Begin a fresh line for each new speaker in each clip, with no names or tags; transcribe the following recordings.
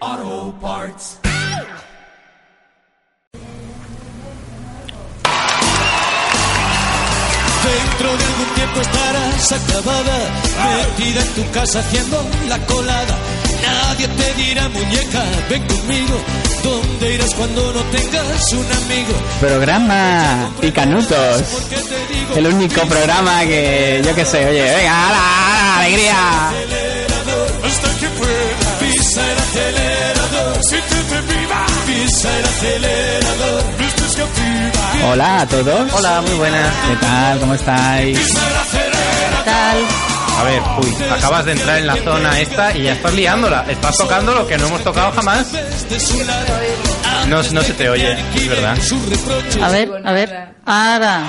Auto Parts.
Dentro de algún tiempo estarás acabada, metida en tu casa haciendo la colada. Nadie te dirá, muñeca, ven conmigo. ¿Dónde irás cuando no tengas un amigo?
Programa Picanutos.
Porque te digo,
Ah, El único programa que yo qué sé, oye, venga, ala, ala, alegría.
acelerador, hasta que pueda. Pisa el acelerador, siéntete viva. Pisa el acelerador, no estés cautiva.
Hola a todos.
Hola, muy buenas.
¿Qué tal? ¿Cómo estáis?
Pisa el acelerador,
¿Qué tal?
A ver, uy, acabas de entrar en la zona esta y ya estás liándola. Estás tocando lo que no hemos tocado jamás.
desde su lado.
No, no se te oye, es verdad.
Sus reproches.
A ver, a ver. Ahora.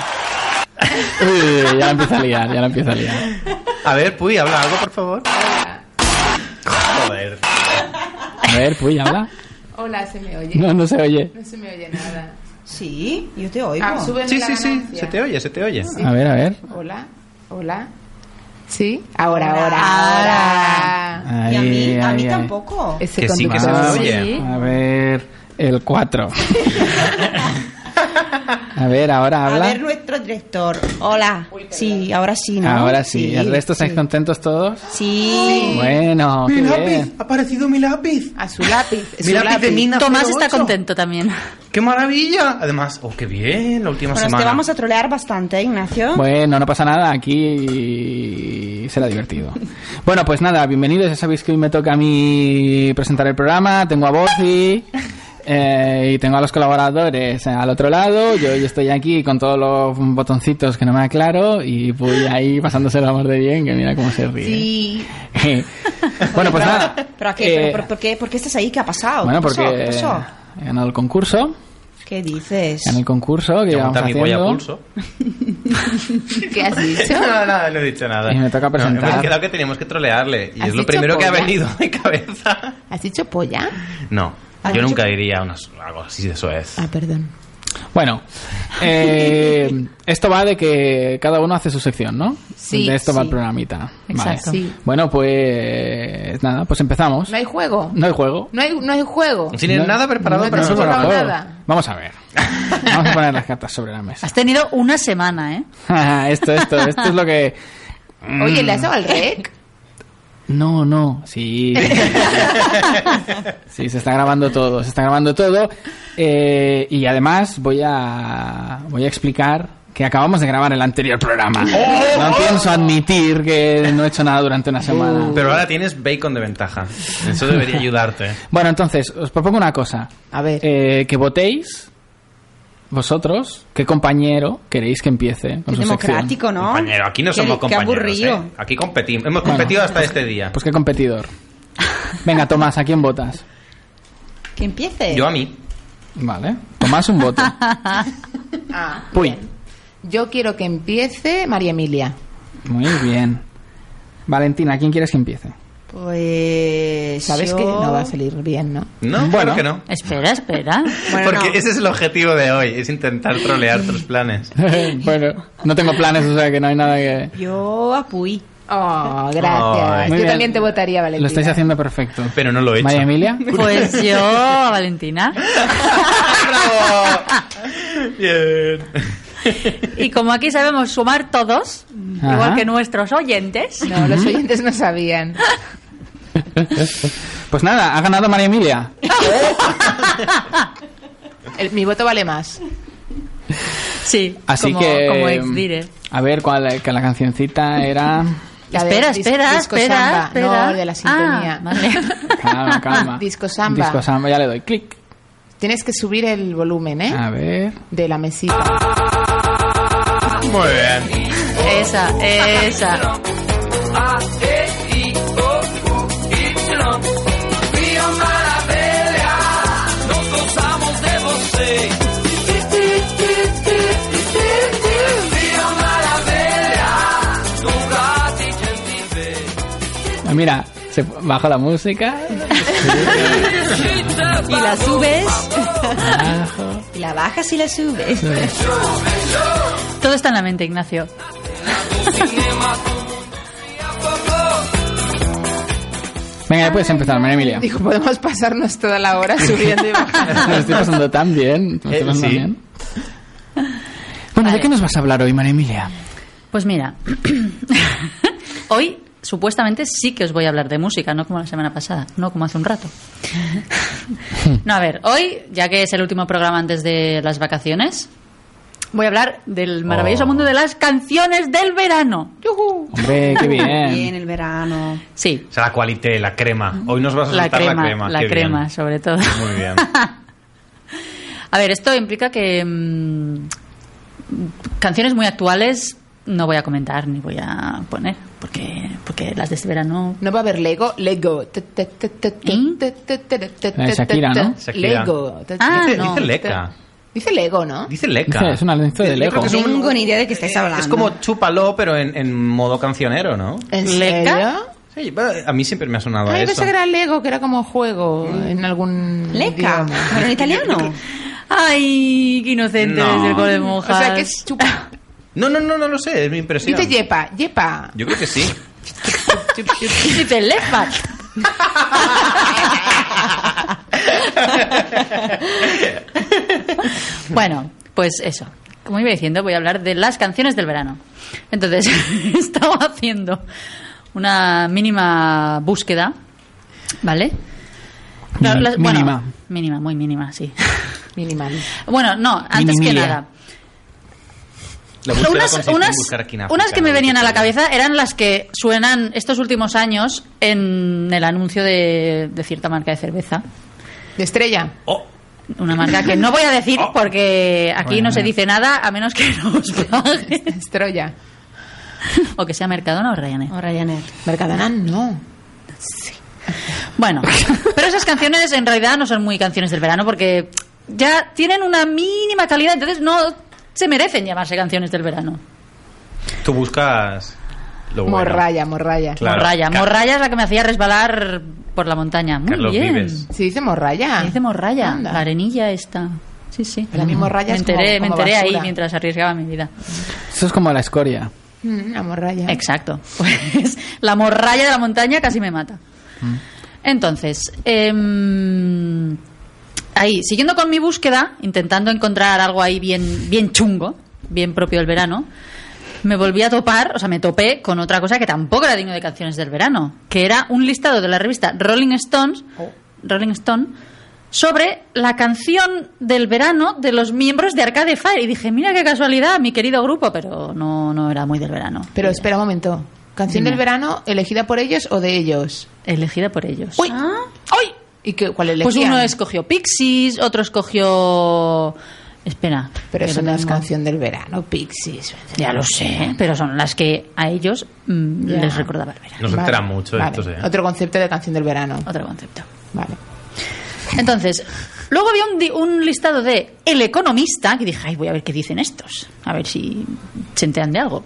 Uy, ya la empieza a liar, ya la empieza a liar.
A ver, Puy, habla algo, por favor. Joder.
A ver, Puy, habla.
Hola, se me oye.
No, no se oye.
No se me oye nada.
Sí, yo te oigo.
Ah, súbeme
Sí,
la
sí, sí,
ganancia.
se te oye, se te oye.
A ver, a ver.
Hola, hola. Sí, ahora, ahora,
Ahora.
Ah.
ahora.
y a mí,
Ahí,
a
ahí,
mí
ahí.
tampoco.
Ese
Que sí, que se
conductor.
me oye.
Sí.
A ver, el 4. A ver, ahora
A ver,
habla.
nuestro director. Hola. sí, ahora sí, ¿no?
Ahora sí. ¿El resto estáis contentos todos?
Sí.
Bueno, qué bien.
¡Ha aparecido mi lápiz!
A su lápiz.
Mi
su
lápiz de mina
Tomás está
08.
contento también.
¡Qué maravilla! Además, oh, qué bien, la última
Bueno, te
semana.
vamos a trolear bastante, ¿eh, Ignacio.
Bueno, no pasa nada, aquí será divertido. Bueno, pues nada, bienvenidos, ya sabéis que hoy me toca a mí presentar el programa, tengo a Bozi eh, y tengo a los colaboradores eh, al otro lado, yo hoy estoy aquí con todos los botoncitos que no me aclaro y voy ahí pasándose el amor de bien, que mira cómo se ríe.
Sí.
bueno, pues
Pero-
nada.
¿Pero a qué?
Eh,
¿Pero por, por qué, por qué estás ahí? ¿Qué ha pasado?
bueno,
¿Qué pasó?
porque
¿Qué pasó?
he ganado el concurso,
¿Qué dices?
gané el concurso que
Te
llevamos
monta mi polla a
haciendo.
pulso.
¿Qué has dicho?
No, no, no he dicho nada.
Y me toca
No,
presentar.
hemos quedado que teníamos que trolearle. Y
¿Has
es lo
dicho
primero que ha
polla?
venido a mi cabeza.
¿Has dicho polla?
No,
¿Has
yo
dicho-
nunca diría unas- algo así de eso es.
Ah, perdón.
Bueno, eh, esto va de que cada uno hace su sección, ¿no?
Sí,
De esto va
sí.
el programita.
Exacto.
Vale.
Sí.
Bueno, pues nada, pues empezamos.
No hay juego.
No hay juego.
No hay, no hay juego.
No tienes
No-
nada preparado
no
para
has
Eso
nosotros.
para
preparado
juego.
nada.
Vamos a ver. Vamos a poner las cartas sobre la mesa.
Has tenido una semana, ¿eh?
esto, esto, esto es lo que...
Mm.
Oye, ¿le has dado al rec?
No, no, sí. sí, se está grabando todo, se está grabando todo. Eh, y además voy a, voy a explicar que acabamos de grabar el anterior programa. No pienso admitir que no he hecho nada durante una semana.
Pero ahora tienes bacon de ventaja. Eso debería ayudarte.
Bueno, entonces, os propongo una cosa.
A ver.
Eh, que votéis, vosotros, qué compañero queréis que empiece con
Qué
su sección.
democrático, ¿no?
Compañero, aquí no somos
qué,
compañeros.
Qué aburrido.
¿eh? Aquí competimos. Hemos competido hasta este día.
Pues qué competidor. Venga, Tomás, ¿a quién votas?
Que empiece.
Yo a mí.
Vale. Tomás, un voto.
Ah,
Puy.
yo quiero que empiece María Emilia.
Muy bien. Valentina, ¿quién quieres que empiece?
Pues.
Sabes
yo- Ah.
que no va a salir bien, ¿no?
No,
Bueno.
claro que no.
Espera, espera.
Bueno,
Porque
no.
ese es el objetivo de hoy, es intentar trolear tus planes.
bueno, no tengo planes, o sea que no hay nada que...
Yo a Puy.
Oh,
Ay.
Muy
gracias. Yo
bien.
también te votaría, Valentina.
Lo estáis haciendo perfecto.
Pero no lo he hecho.
María Emilia.
Pues yo a Valentina.
¡Bravo! Bien.
Y como aquí sabemos sumar todos,
Ajá.
igual que nuestros oyentes,
No, los oyentes no sabían.
Pues nada, ha ganado María Emilia.
El- mi voto vale más.
sí,
Así
como,
que... eh,
como ex dire.
A ver, ¿cuál, que la cancioncita era...
La de
Espera,
dis-
espera,
disco
espera,
samba.
espera.
No, de la sintonía.
Ah, vale.
Calma, calma.
Disco samba.
Disco samba, ya le doy clic.
Tienes que subir el volumen, ¿eh?
A ver...
De la mesita.
Muy bien.
Esa, esa.
Mío para pelear, nos gozamos de vos
Ah, Mira, se bajo la música.
Y la subes. y la bajas y la subes.
Todo está en la mente, Ignacio.
Venga, ya puedes empezar, María Emilia.
Digo, podemos pasarnos toda la hora subiendo y bajando.
Me lo estoy pasando tan bien. me lo estoy
Eh,
pasando
sí.
bien. Bueno, ¿de
Vale.
qué nos vas a hablar hoy, María Emilia?
Pues mira, hoy supuestamente sí que os voy a hablar de música, no como la semana pasada, no como hace un rato. No, a ver, hoy, ya que es el último programa antes de las vacaciones, voy a hablar del maravilloso
Oh.
mundo de las canciones del verano.
Yujú.
Hombre, qué
Bien,
bien.
el verano.
Sí,
O sea, la cualité, la crema. Hoy nos vas a
la
soltar
crema,
la crema.
la
qué bien.
crema, sobre todo.
Muy bien.
A ver, esto implica que mm, canciones muy actuales no voy a comentar ni voy a poner, porque, porque las de este verano
No va a haber Lego, Lego. Te- te- te- te- te-
¿Mm?
te- te- te- te- te-
La de Shakira,
te-
¿no?
te-
Shakira.
Lego. Te-
Ah,
dice,
no.
dice leca.
Dice Lego, ¿no?
Dice leca.
Dice, es una lista de
Yo
Lego.
creo que es un-
Tengo ni idea de qué estáis hablando.
Es como chúpalo, pero en, en modo cancionero, ¿no?
¿En
¿Leca?
serio?
Sí, pero a mí siempre me ha sonado
Ah,
a
yo
eso.
pensé que era Lego, que era como juego
Mm.
en algún.
Leca.
idioma.
Pero en italiano.
Ay, qué inocente
No.
desde el cole de
O
monjas.
sea, que es chupa.
No, no, no, no lo sé, es mi impresión.
Dice Yepa, Yepa.
Yo creo que sí.
Chup, chup, chup.
Y dice Lefat. bueno, pues eso. Como iba diciendo, voy a hablar de las canciones del verano. Entonces, he estado haciendo una mínima búsqueda, ¿vale?
Mini-
bueno,
mínima.
mínima, muy mínima, sí.
Minimal.
Bueno, no, antes que
Minimilia.
nada.
La búsqueda
unas,
consiste en
unas-
buscar aquí en
unas
África,
que me
¿no?
venían a la cabeza eran las que suenan estos últimos años en el anuncio de, de cierta marca de cerveza.
De estrella.
Oh,
Una marca que no voy a decir porque aquí no se dice nada a menos que nos paguen.
Estrella.
O que sea Mercadona o Ryanair.
O Ryanair.
Mercadona, no.
Bueno, pero esas canciones en realidad no son muy canciones del verano porque ya tienen una mínima calidad, entonces no se merecen llamarse canciones del verano.
tú buscas lo bueno.
Morraya, morraya.
Claro.
Morraya.
Ca-
Morraya es la que me hacía resbalar por la montaña. Muy
Carlos
bien.
Vives.
¿Se dice morraya?
Me dice morraya,
Anda.
la arenilla esta. Sí, sí.
Para mí morraya
me
es
enteré,
como-
me
como
enteré ahí
basura.
mientras arriesgaba mi vida.
Eso es como la escoria.
Mm, la morraya.
Exacto. Pues la morralla de la montaña casi me mata. Entonces, em, ahí, siguiendo con mi búsqueda, intentando encontrar algo ahí bien, bien chungo, bien propio del verano, me volví a topar, o sea, me topé con otra cosa que tampoco era digno de canciones del verano, que era un listado de la revista Rolling Stones, Rolling Stone, sobre la canción del verano de los miembros de Arcade Fire. Y dije, mira qué casualidad, mi querido grupo, pero no, no era muy del verano.
Pero espera un momento. ¿Canción
Dime.
del verano elegida por ellos o de ellos?
Elegida por ellos.
¡Uy! ¡Uy! ¿Y qué, cuál elegían?
Ah. Pues uno escogió Pixies, otro escogió... Espera.
Pero
que
eso
lo
no es
tengo.
canción del verano, Pixies.
Ya lo sé, pero son las que a ellos mm,
Ya.
les recordaba el verano.
Nos
Vale,
enteran mucho de
vale.
estos, eh.
Otro concepto de canción del verano.
Otro concepto.
Vale.
Entonces, luego había un, di- un listado de El Economista, que dije, ay, voy a ver qué dicen estos, a ver si se enteran de algo.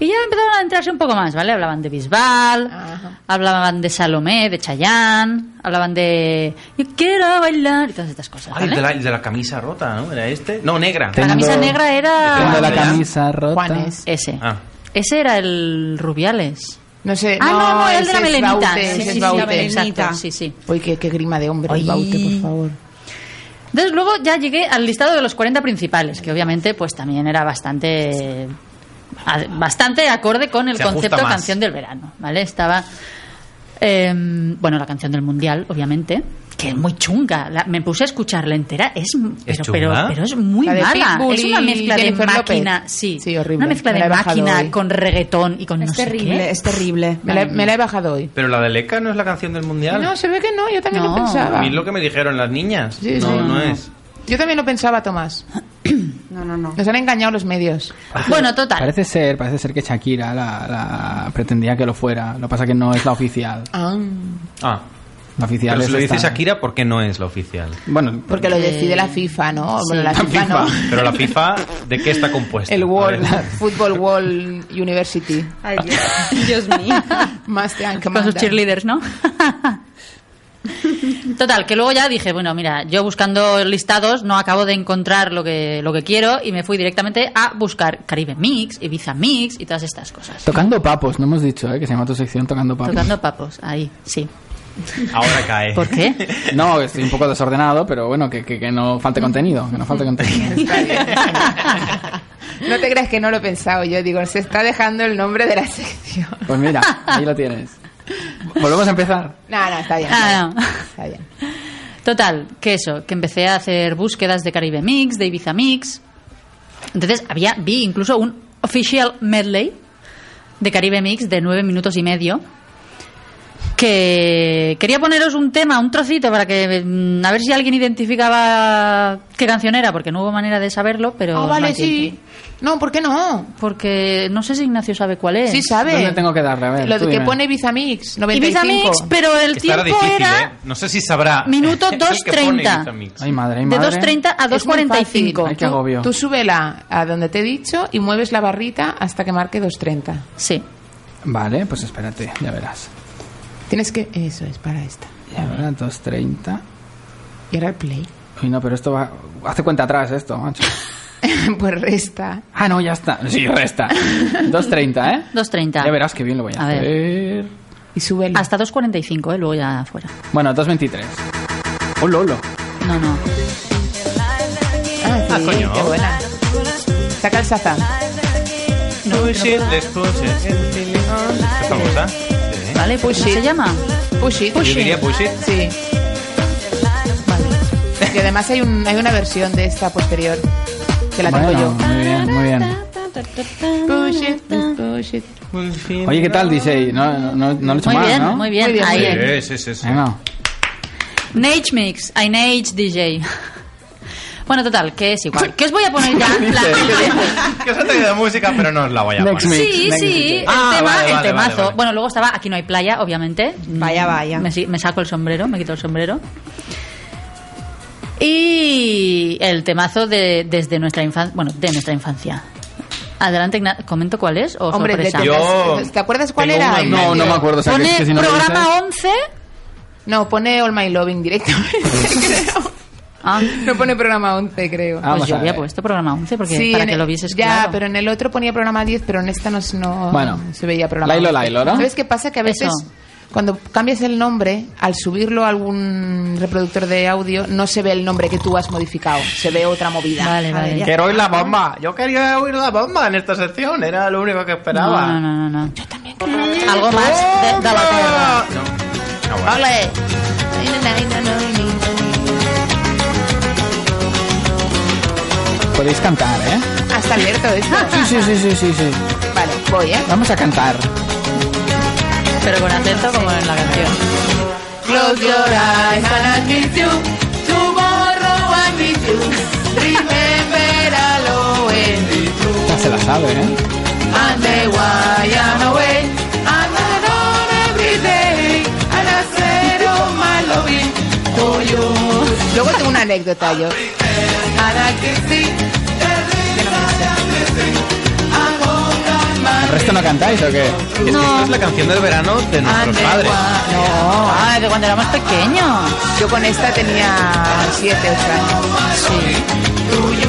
Y ya empezaron a entrarse un poco más, ¿vale? Hablaban de Bisbal,
Ajá.
hablaban de Salomé, de Chayanne, hablaban de Yo quiero bailar y todas estas cosas,
Ay, el
¿vale?
de la, el de la camisa rota, ¿no? ¿Era este? No, negra.
La camisa
Tengo-
negra
Tengo
era
la
¿Ya?
camisa rota.
Juanes.
ese.
Ah.
Ese era el Rubiales.
Eh, No sé.
Ah, no, no, era el
ese
de la
es
melenita.
Baute,
Sí,
ese
sí,
es
sí, la
Baute.
melenita.
Exacto.
Sí, sí.
Uy, qué, qué grima de hombre el
Ay.
Baute, por favor.
Entonces luego ya llegué al listado de los 40 principales, que obviamente pues también era bastante a- bastante acorde con el
Se ajusta
concepto
más.
canción del verano, ¿vale? Estaba eh, bueno, la canción del mundial, obviamente, que es muy chunga. La- me puse a escucharla entera, es m-
¿Es
pero, pero,
chunga?
pero es muy
La de
mala,
Pitbull
es una
y
mezcla de
Jennifer
máquina,
López.
sí,
Sí, horrible.
una mezcla
Me la
de
he bajado
máquina
hoy.
con reggaetón y con
Es
no sé
terrible,
qué.
es terrible.
Me la, me la he bajado hoy.
Pero la de leca no es la canción del mundial.
No, se ve que no, yo también
No.
lo
A
pensaba.
mí es lo que me dijeron las niñas.
Sí,
no,
sí.
no,
No,
es.
Yo también lo pensaba, Tomás.
No, no, no.
Nos han engañado los medios.
Bueno, total.
Parece ser, parece ser que Shakira la, la pretendía que lo fuera. Lo que pasa que no es la oficial.
Ah.
Ah,
La oficial
Pero
es
si lo dice
esta.
Shakira, ¿por qué no es la oficial?
Bueno,
Porque lo decide la FIFA, ¿no? Bueno, la
La
FIFA, no.
FIFA.
Pero la FIFA, ¿de qué está compuesta?
El
A ver.
World, la Football World University.
Ay, Dios, Dios mío.
Más que
Con sus cheerleaders, ¿no? Total, que luego ya dije, bueno, mira, yo buscando listados no acabo de encontrar lo que, lo que quiero y me fui directamente a buscar Caribe Mix, Ibiza Mix y todas estas cosas.
tocando papos, no hemos dicho, ¿eh? que se llama tu sección tocando papos.
Tocando papos, ahí, sí.
Ahora cae.
¿Por qué?
No, estoy un poco desordenado, pero bueno, que, que- que no falte contenido, que no falte contenido.
No te creas que no lo he pensado yo. Digo, se está dejando el nombre de la sección.
Pues mira, ahí lo tienes. Volvemos a empezar.
No, Ah, no, está bien. Está
Ah,
bien.
no.
Está bien.
Total, que eso, que empecé a hacer búsquedas de Caribe Mix, de Ibiza Mix. Entonces había, vi incluso un official medley de Caribe Mix de nueve minutos y medio. Que quería poneros un tema, un trocito, para que mm, a ver si alguien identificaba qué canción era, porque no hubo manera de saberlo, pero.
Ah,
no hay
vale, sí.
tiempo.
No, ¿por qué no?
Porque no sé si Ignacio sabe cuál es.
Sí, sabe.
¿Dónde tengo que darle? A ver,
Lo
tú
de que
dime.
pone Bizamix, 95.
Ibiza Mix, pero el
Que Estará
tiempo
difícil,
era.
¿eh? No sé si sabrá.
Minuto
El que pone
2:30.
Ibiza Mix.
Ay, madre, ay,
De
madre.
2.30 a
Es muy
2.45.
fácil.
Ay, qué agobio.
Tú súbela a donde te he dicho y mueves la barrita hasta que marque 2.30.
Sí.
Vale, pues espérate, ya verás.
Tienes que... Eso es, para esta.
Ya verás, 2.30.
Y ahora el play.
Uy, no, pero esto va... Hace cuenta atrás esto, macho.
pues resta.
Ah, no, ya está. Sí, resta. 2.30, ¿eh?
2.30.
Ya verás qué bien lo voy a,
A ver.
hacer.
Y súbelo.
Hasta 2.45, ¿eh? luego ya fuera.
Bueno, 2.23. Oh, lolo.
No, no.
Ah, sí,
coño.
qué buena. Saca el Shazam.
Push it, let's push it. ¿Es famosa? Sí.
Vale, pues
Push
¿cómo
it.
se llama?
Push it.
Yo diría push it.
Sí. Vale. Y además hay, un, hay una versión de esta posterior que la tengo
Bueno,
yo.
muy bien, muy bien.
Push it, push it.
Oye, ¿qué tal, DJ? No, no, no, no lo he hecho
Muy
mal,
bien,
¿no?
muy bien,
Muy bien,
ahí.
muy
es.
Sí, sí, sí.
Bueno,
Nage Mix, I Nage DJ. Bueno, total, que es igual. Que os voy a poner ya la
Que os ha traído música, pero no os la voy a
Next
poner.
me.
Sí,
Mix,
sí,
Mix.
el
Ah,
tema,
vale,
el
vale,
temazo.
vale, vale.
Bueno, luego estaba Aquí no hay playa, obviamente. Mm,
Vaya, vaya.
Me, si- me saco el sombrero, me quito el sombrero. Y el temazo de desde nuestra infancia, bueno, de nuestra infancia. Adelante, Igna- comento cuál es o
Hombre,
sorpresa.
de-
Yo
¿Te acuerdas cuál
tengo
era?
una en
no, no me acuerdo. o sea, que-
Pone
que si no lo
programa
dices-
11.
No, pone All My Loving directamente, creo.
Ah,
No pone programa 11, creo.
Ah, Vamos
pues yo
a
había
ver.
puesto programa 11 porque
Sí,
para
en
que
el-
lo vieses
Ya,
claro.
pero en el otro ponía programa 10, pero en esta no, s- no
Bueno.
se veía programa
Lailo,
11.
Lailo, ¿no?
¿Sabes qué pasa? Que a veces
Eso.
cuando cambias el nombre, al subirlo a algún reproductor de audio, no se ve el nombre que tú has modificado, se ve otra movida.
Vale,
A ver,
vale.
ya.
Quiero oír la bomba. Yo quería oír la bomba en esta sección. Era lo único que esperaba.
No, no, no, no, no. Yo también ¡Oh! Algo más de, de la tierra.
No, bueno.
Ole.
Podéis cantar, ¿eh?
Hasta Alberto Ah, esto.
Sí, sí, sí, sí, sí, sí.
Vale, voy, ¿eh?
Vamos a cantar.
Pero con acento como en la canción.
Close your eyes and I kiss you. Tomorrow I meet you. Remember I'll always be true.
Ya se la sabe, ¿eh?
And the why I'm away. I'm not on every day. And I said all my loving to you. Luego tengo una anécdota yo. And I kiss you.
¿El resto no cantáis o qué?
Es que esta es la canción del verano
Ah,
de nuestros padres.
No, ah, de cuando éramos pequeños.
Yo con esta tenía 7, 8 años.
Sí.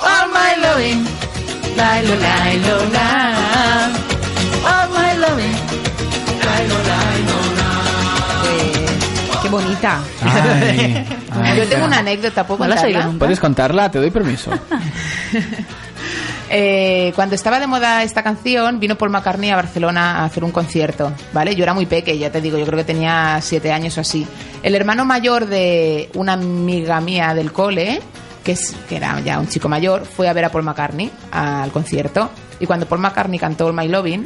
All my loving. Lailo, lailo, la. All my loving.
Qué bonita.
Ay, ay,
Yo tengo
espera.
una anécdota, ¿puedo
No la has
contarla?
oído nunca.
¿Puedes contarla? Te doy permiso.
Eh, cuando estaba de moda esta canción, vino Paul McCartney a Barcelona a hacer un concierto, ¿vale? Yo era muy peque, ya te digo, yo creo que tenía siete años o así. El hermano mayor de una amiga mía del cole, que, es, que era ya un chico mayor, fue a ver a Paul McCartney al concierto. Y cuando Paul McCartney cantó All My Loving,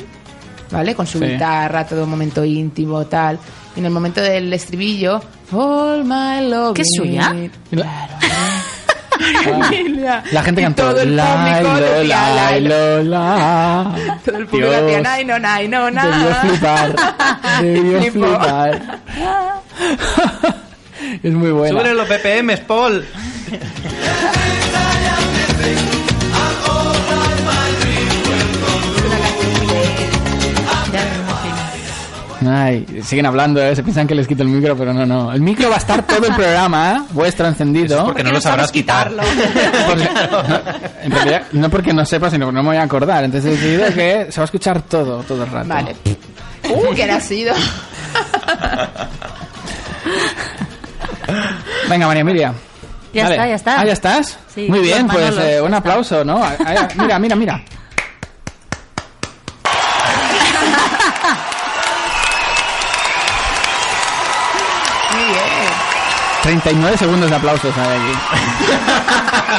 ¿vale? Con su
Sí.
guitarra, todo un momento íntimo, tal. Y en el momento del estribillo, All My Loving.
¿Que es suya?
Claro. Mira,
Ah. La gente
y
cantó.
Todo el
La,
público
lo,
decía,
la,
"Lai, lo".
lo, la.
Todo el público decía,
Dios,
"Nai, no, nai, no, na".
Debió flipar. Debió
Flipó.
flipar. Es muy buena.
Sube los BPMs, Paul.
Ya me imagino.
Ay, siguen hablando, ¿eh? se piensan que les quito el micro, pero no, no. El micro va a estar todo el programa, ¿eh? vuestro encendido.
Porque no, lo sabrás quitar.
Porque- no, en realidad, no porque no sepa, sino porque no me voy a acordar. Entonces he decidido que se va a escuchar todo, todo el rato.
Vale. Uh, que era sido.
Venga, María Emilia.
Ya
Dale.
está, ya está.
Ah, ¿ya estás?
Sí,
Muy
los
bien, pues
Manolos,
eh,
ya
un
está.
aplauso, ¿no? Ah, ah, mira, mira, mira.
Muy bien.
39 segundos de aplausos hay aquí.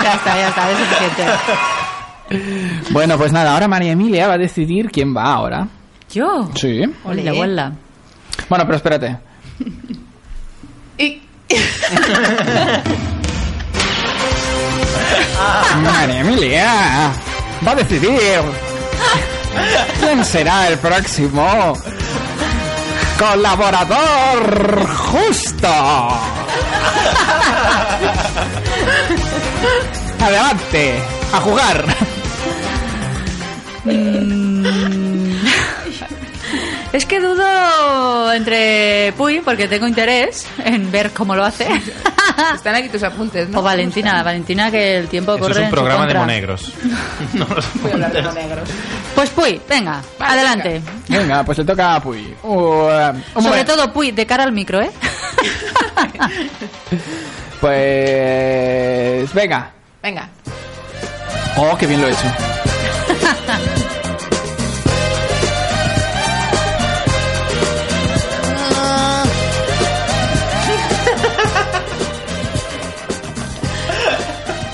Ya está, ya está, es suficiente.
Bueno, pues nada, ahora María Emilia va a decidir quién va ahora.
Yo.
Sí.
Hola,
Ole.
hola.
Bueno, pero espérate.
Y
María Emilia va a decidir quién será el próximo colaborador justo. Adelante, a jugar.
Es que dudo entre Puy, porque tengo interés en ver cómo lo hace,
están aquí tus apuntes, ¿no?
o Valentina. Valentina, que el tiempo
Eso
corre.
es un
en su
programa de
contra.
monegros. No los
Voy a hablar de
apuntes.
los negros.
Pues Puy, venga,
Vale,
adelante.
Venga, pues le toca a Puy. Uh, un
Sobre
momento.
todo Puy, de cara al micro, ¿eh?
Pues venga.
Venga.
Oh, qué bien lo he hecho.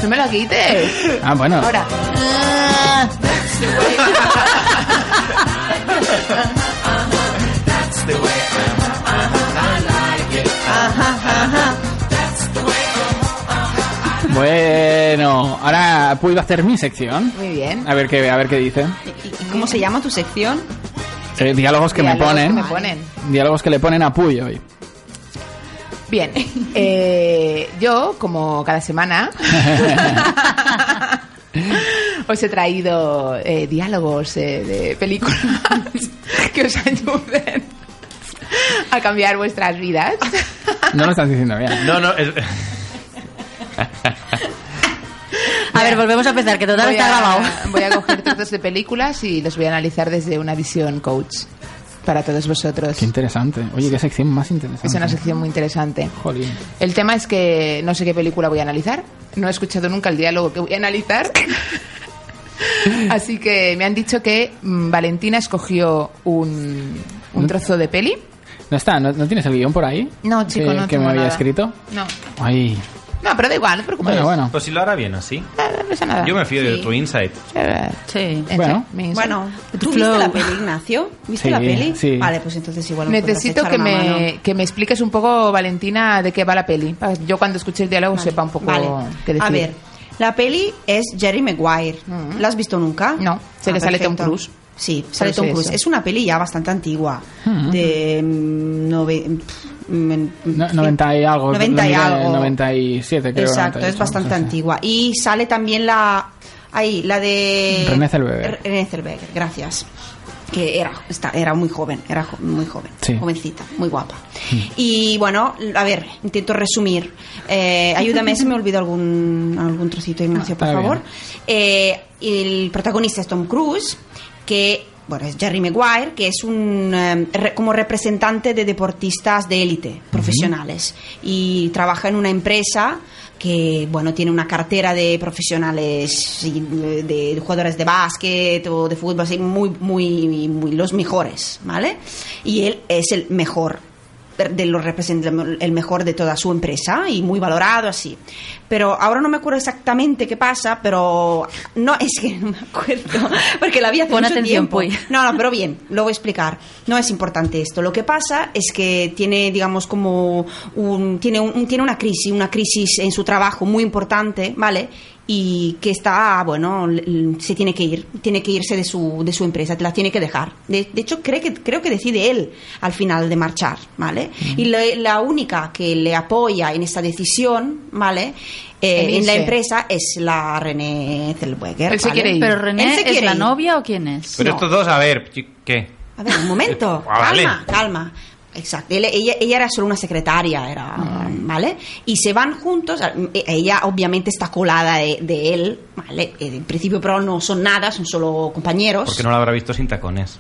No me lo quites.
Ah, bueno.
Ahora.
Bueno, ahora Puy va a hacer mi sección.
Muy bien.
A ver qué, a ver qué dice.
¿Y, y cómo se llama tu sección?
Eh, diálogos que
Diálogos
me ponen.
que me ponen.
Diálogos que le ponen a Puy hoy.
Bien. Eh, yo, como cada semana, os he traído eh, diálogos eh, de películas que os ayuden a cambiar vuestras vidas.
No lo estás diciendo bien.
No, no, es-
A ver, volvemos a empezar, que total
Voy
está
a-
grabado.
Voy a coger trozos de películas y los voy a analizar desde una visión coach para todos vosotros.
Qué interesante. Oye, qué sección más interesante.
Es una sección muy interesante.
Jolín.
El tema es que no sé qué película voy a analizar. No he escuchado nunca el diálogo que voy a analizar. Así que me han dicho que mm, Valentina escogió un, un trozo de peli.
¿No está? ¿No, no tienes el guión por ahí?
No, chico,
¿Que-
no
¿Que
tengo
me había
nada.
escrito?
No.
Ay.
No, pero da igual, no te preocupes.
Bueno, bueno.
pues si lo hará bien así.
No, no pasa nada.
Yo me fío de
Sí.
tu insight.
Eh,
Sí.
entra,
Bueno.
me insta-
Bueno, ¿tú
Flow.
viste la peli, Ignacio? ¿Viste
Sí,
la peli?
sí.
Vale, pues entonces igual me podrás
Necesito
echar
que
una mano.
me, que me expliques un poco, Valentina, de qué va la peli. para que Yo cuando escuche el diálogo
Vale,
sepa un poco
vale.
qué decir.
A ver, la peli es Jerry Maguire.
Mm.
¿La has visto nunca? Ah,
No, sé que sale Tom Cruise.
Sí, sale
Pero
Tom
sé
Cruise.
eso.
Es una peli ya bastante antigua, de mm, nove- mm,
No-
mm,
90 y algo.
90 y
lo miré,
algo.
97, creo.
Exacto,
98,
es bastante
no sé.
antigua. Y sale también la. Ahí, la de.
Renée Zellweger.
Renée Zellweger, gracias. Que era, está- era muy joven, era jo- muy joven,
Sí. Mm.
jovencita, muy guapa. Y bueno, a ver, intento resumir. Eh, ayúdame si me olvido algún, algún trocito, Ignacio, por
Está bien.
favor. Eh, el protagonista es Tom Cruise, que bueno, es Jerry Maguire, que es un eh, re- como representante de deportistas de élite profesionales y trabaja en una empresa que bueno tiene una cartera de profesionales y, eh, de jugadores de básquet o de fútbol así muy muy muy los mejores, ¿vale? Y él es el mejor de los represent- el mejor de toda su empresa y muy valorado así. Pero ahora no me acuerdo exactamente qué pasa, pero no es que no me acuerdo, porque la vi hace
Pon
mucho
atención,
tiempo.
Puy.
No, no, pero bien, lo voy a explicar. No es importante esto. Lo que pasa es que tiene, digamos, como un, tiene, un- tiene una crisis, una crisis en su trabajo muy importante, ¿vale? Y que está, bueno, l- l- se tiene que ir, tiene que irse de su, de su empresa, te la tiene que dejar. De, de hecho, cree que, creo que decide él al final de marchar, ¿vale? Y la- la única que le apoya en esa decisión, ¿vale? Eh,
En
en la
irse.
empresa es la René Zellweger.
Él se
¿vale?
quiere ir.
Pero
Él
René,
se
¿es
quiere
la
ir.
novia o quién es?
Pero
No.
estos dos, a ver, chi- ¿qué?
A ver, un momento.
Ah, vale.
calma, calma. Exacto. Él- ella, ella era solo una secretaria, era,
Mm.
¿vale? Y se van juntos. eh, Ella obviamente está colada de, de él, ¿vale? Eh, En principio, pero no son nada, son solo compañeros.
Porque no lo habrá visto sin tacones.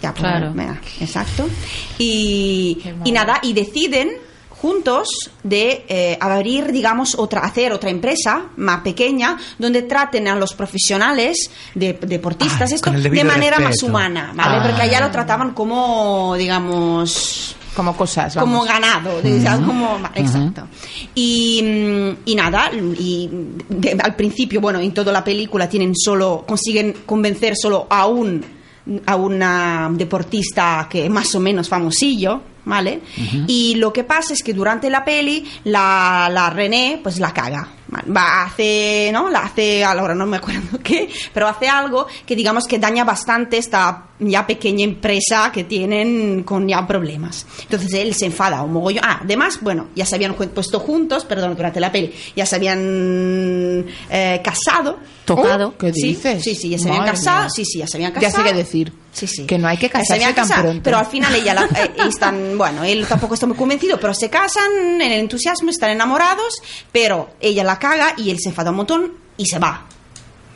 Ya, pues,
Claro.
venga, exacto. Y,
Qué
y
mal.
nada, y deciden juntos de eh, abrir, digamos, otra, hacer otra empresa más pequeña donde traten a los profesionales, de, deportistas,
Ah,
esto,
con el
de
debido
manera más
respeto.
humana, ¿vale?
Ah.
Porque allá lo trataban como, digamos,
Como cosas, vamos.
como ganado, de- o sea, como ma- exacto. Y, mm, y nada, y de- al principio, bueno, en toda la película tienen solo consiguen convencer solo a un a una deportista que es más o menos famosillo, ¿vale? Y lo que pasa es que durante la peli la, la René pues la caga. ¿vale? Va, hace, ¿no? La hace, ahora no me acuerdo qué, pero hace algo que digamos que daña bastante esta ya pequeña empresa que tienen con ya problemas. Entonces él se enfada un mogollón. Ah, además, bueno, ya se habían ju- puesto juntos, perdón, durante la peli, ya se habían eh, casado.
Tocado.
¿Qué
¿Oh? Sí,
dices?
Sí, sí, ya se habían
Madre
casado.
mía.
Sí, sí, ya se habían
Ya
casado.
sé qué decir.
Sí, sí.
Que no hay que
Ya se
casarse
habían
tan
casado,
pronto.
Pero al final ella la- eh, están, bueno, él tampoco está muy convencido, pero se casan en el entusiasmo, están enamorados, pero ella la caga y él se enfada un montón y se va.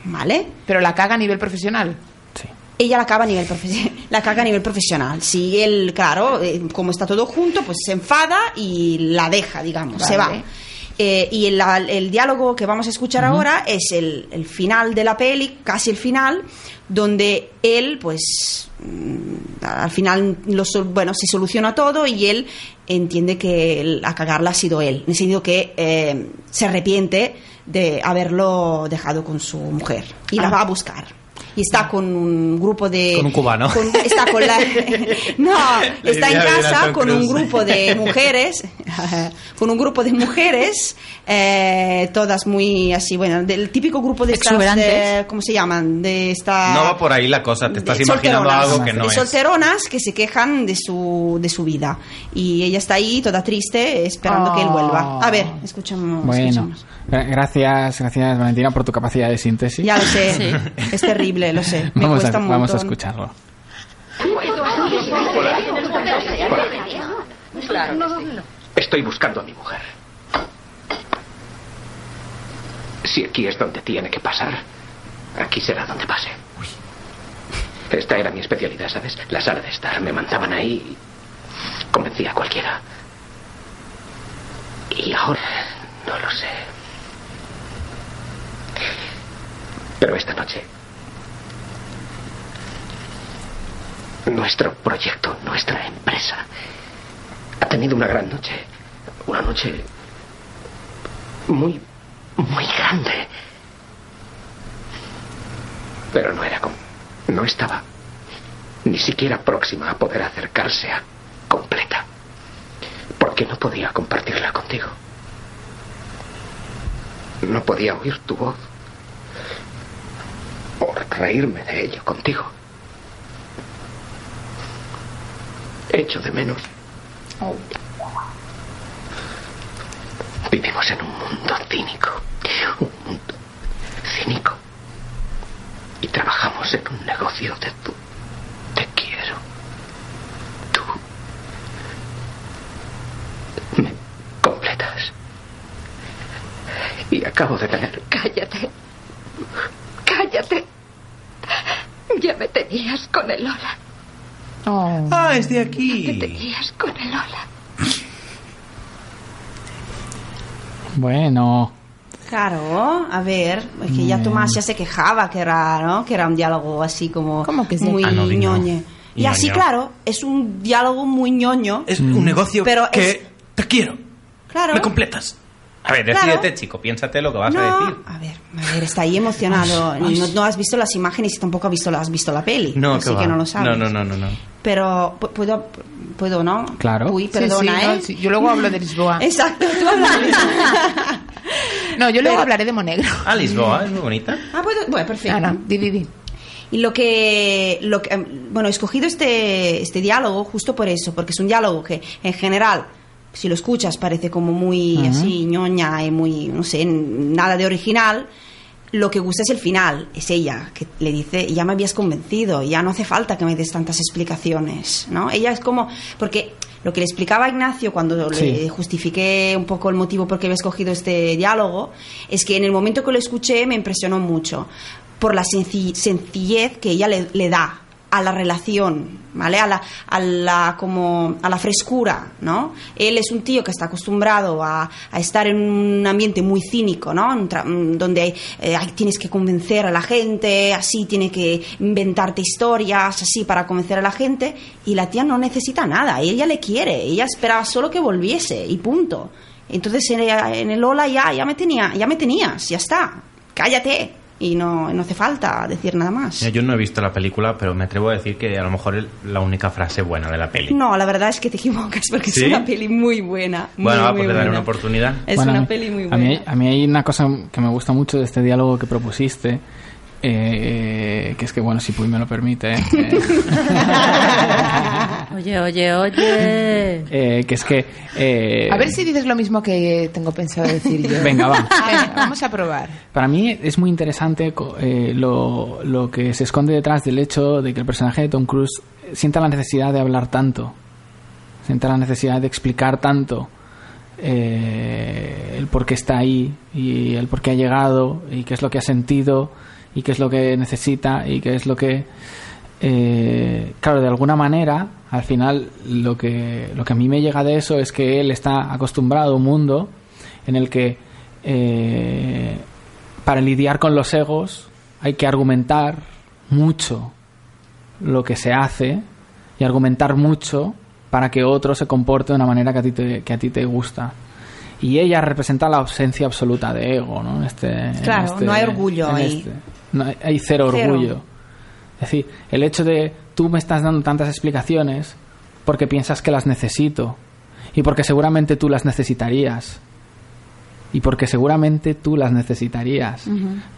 ¿Vale?
Pero la caga a nivel profesional.
Ella la caga a nivel, profe- la caga a nivel profesional. Si él, claro, eh, como está todo junto, pues se enfada y la deja, digamos, se va.
Vale.
Eh, y el, el diálogo que vamos a escuchar ahora es el, el final de la peli, casi el final, donde él, pues, mm, al final, lo sol- bueno, se soluciona todo y él entiende que el- a cagarla ha sido él, en el sentido que eh, se arrepiente de haberlo dejado con su mujer y la va a buscar. Y está con un grupo de...
Ah. Con un cubano.
con- está con la... no,
La
está en
idea de
casa
Tom
con un
Cruise.
grupo de mujeres, con un grupo de mujeres, eh, todas muy así, bueno, del típico grupo de estas,
Exuberantes.
eh, ¿cómo se llaman? De esta...
No va por ahí la cosa, te estás
Ah, de-
imaginando
solteronas,
algo que no
de
es.
solteronas que se quejan de su, de su vida. Y ella está ahí toda triste esperando que él vuelva. A ver, escuchamos.
Ah. Bueno,
escuchamos.
gra- gracias, gracias Valentina por tu capacidad de síntesis.
Ya lo sé, es terrible, lo sé. Me
vamos,
cuesta
a,
un
vamos a
montón.
escucharlo.
Estoy buscando a mi mujer. Si aquí es donde tiene que pasar, aquí será donde pase. Esta era mi especialidad, ¿sabes? La sala de estar. Me mandaban ahí y convencía a cualquiera. Y ahora no lo sé. Pero esta noche... Nuestro proyecto, nuestra empresa, ha tenido una gran noche. Una noche muy, muy grande. Pero no era como... No estaba ni siquiera próxima a poder acercarse a completa. Porque no podía compartirla contigo. No podía oír tu voz. O reírme de ello contigo. Echo de menos
Oh.
Vivimos en un mundo cínico. Un mundo cínico. Y trabajamos en un negocio de tú. Te quiero. Tú. Me completas. Y acabo de tener.
Cállate. Cállate. Ya me tenías con el Lola.
Oh.
Ah, es de
Me
aquí.
tenías con el Lola.
Bueno,
Claro, a ver, es
Mm.
que ya Tomás ya se quejaba que era, ¿no? Que era un diálogo así como
¿Cómo que sí?
muy
Ah, no, di no.
ñoñe. Y así,
Ñoño.
claro, es un diálogo muy ñoño.
Es
Mm.
un negocio
Pero
que
es-
te quiero.
Claro.
Me completas.
A ver,
Claro.
decídete, chico, piénsate lo que vas a decir.
No, a ver, a ver, está ahí emocionado.
Ay, ay.
No, no has visto las imágenes y tampoco has visto, la- has visto la peli.
No,
así
va.
que no lo sabes.
No, no, no, no, no.
Pero pu- puedo, puedo, ¿no?
Claro.
Uy,
Sí,
perdona,
sí, no,
¿eh?
sí, yo luego hablo de Lisboa.
Exacto, tú hablas.
No, yo luego hablaré de Monegro.
Ah, Lisboa, es muy bonita.
Ah, puedo- bueno, perfecto.
Ah, no, di, di, di.
Y lo que, lo que- em, bueno, he escogido este, este diálogo justo por eso, porque es un diálogo que en general, si lo escuchas, parece como muy así ñoña y muy, no sé, nada de original. Lo que gusta es el final, es ella que le dice, ya me habías convencido, ya no hace falta que me des tantas explicaciones, ¿no? Ella es como, porque lo que le explicaba a Ignacio cuando
Sí.
le justifiqué un poco el motivo por qué había escogido este diálogo, es que en el momento que lo escuché me impresionó mucho por la senci- sencillez que ella le, le da a la relación, ¿vale? A la, a la como a la frescura, ¿no? Él es un tío que está acostumbrado a, a estar en un ambiente muy cínico, ¿no? Un tra- mm, donde eh, ay, tienes que convencer a la gente, así tiene que inventarte historias, así para convencer a la gente y la tía no necesita nada, ella le quiere, ella esperaba solo que volviese y punto. Entonces en, en el hola ya ya me tenía, ya me tenías, ya está. Cállate y no, no hace falta decir nada más.
Mira, Yo no he visto la película, pero me atrevo a decir que a lo mejor es la única frase buena de la peli.
No, la verdad es que te equivocas porque
¿Sí?
es una peli muy buena. muy,
bueno, va,
muy
pues le daré
buena.
una oportunidad.
Es
Bueno, a
una
mí-
peli muy
a
buena.
mí, a mí hay una cosa que me gusta mucho de este diálogo que propusiste, eh, que es que, bueno, si Puy me lo permite, eh,
Oye, oye, oye.
eh, que es que... eh,
A ver si dices lo mismo que tengo pensado decir yo.
Venga, va.
Venga, vamos a probar.
Para mí es muy interesante co- eh, lo, lo que se esconde detrás del hecho de que el personaje de Tom Cruise sienta la necesidad de hablar tanto, sienta la necesidad de explicar tanto eh, el por qué está ahí y el por qué ha llegado y qué es lo que ha sentido y qué es lo que necesita y qué es lo que... eh, claro, de alguna manera, al final lo que, lo que a mí me llega de eso es que él está acostumbrado a un mundo en el que eh, para lidiar con los egos hay que argumentar mucho lo que se hace y argumentar mucho para que otro se comporte de una manera que a ti te, que a ti te gusta. Y ella representa la ausencia absoluta de ego, ¿no? En Este, en
Claro,
este-
no hay orgullo
en
ahí.
este. No hay, hay cero
Cero.
orgullo. Es decir, el hecho de tú me estás dando tantas explicaciones porque piensas que las necesito y porque seguramente tú las necesitarías y porque seguramente tú las necesitarías,